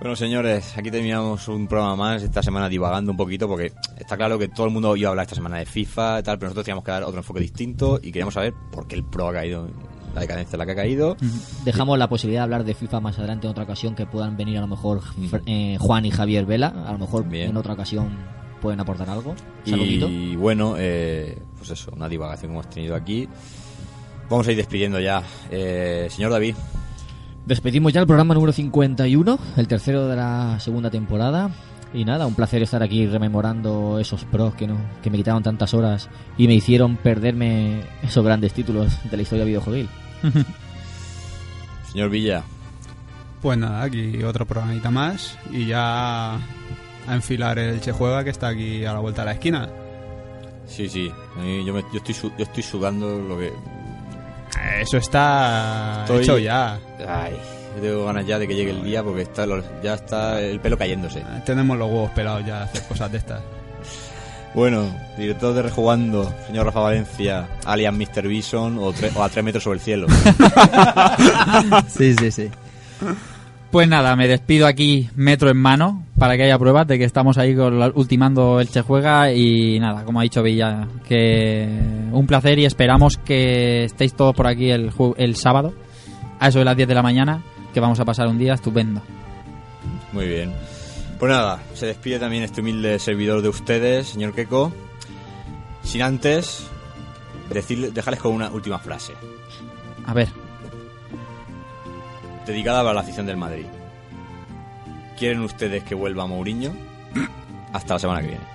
Speaker 2: Bueno, señores, aquí terminamos un programa más esta semana divagando un poquito porque está claro que todo el mundo iba a hablar esta semana de FIFA y tal, pero nosotros teníamos que dar otro enfoque distinto y queríamos saber por qué el Pro ha caído, en la decadencia en la que ha caído.
Speaker 3: Dejamos la posibilidad de hablar de FIFA más adelante en otra ocasión, que puedan venir a lo mejor Fr- eh, Juan y Javier Vela. A lo mejor
Speaker 2: Bien.
Speaker 3: en otra ocasión pueden aportar algo. Saludito.
Speaker 2: Y bueno, eh, pues eso, una divagación que hemos tenido aquí. Vamos a ir despidiendo ya. Eh, señor David,
Speaker 3: Despedimos ya el programa número 51, el tercero de la segunda temporada. Y nada, un placer estar aquí rememorando esos pros que, no, que me quitaron tantas horas y me hicieron perderme esos grandes títulos de la historia videojuegil.
Speaker 2: señor Villa,
Speaker 4: Pues nada, aquí otro programita más y ya a enfilar el Che Juega que está aquí a la vuelta de la esquina.
Speaker 2: sí, sí, a mí- yo, me- yo estoy, su- yo estoy sudando lo que...
Speaker 4: Eso está
Speaker 2: Estoy-
Speaker 4: hecho ya.
Speaker 2: Ay, yo tengo ganas ya de que llegue el día porque está, lo- ya está el pelo cayéndose.
Speaker 4: Tenemos los huevos pelados ya de hacer cosas de estas.
Speaker 2: Bueno, director de Rejugando, señor Rafa Valencia, alias Mr. Bison o, tre- o a tres metros sobre el cielo.
Speaker 5: Sí, sí, sí. Pues nada, me despido aquí metro en mano para que haya pruebas de que estamos ahí con la- ultimando el Che Juega y nada, como ha dicho Villa, que un placer y esperamos que estéis todos por aquí el, ju- el sábado a eso de las 10 de la mañana que vamos a pasar un día estupendo.
Speaker 2: Muy bien. Pues nada, se despide también este humilde servidor de ustedes, señor Keko. Sin antes, decirle- dejarles con una última frase,
Speaker 5: A ver,
Speaker 2: dedicada para la afición del Madrid. ¿Quieren ustedes que vuelva Mourinho? Hasta la semana que viene.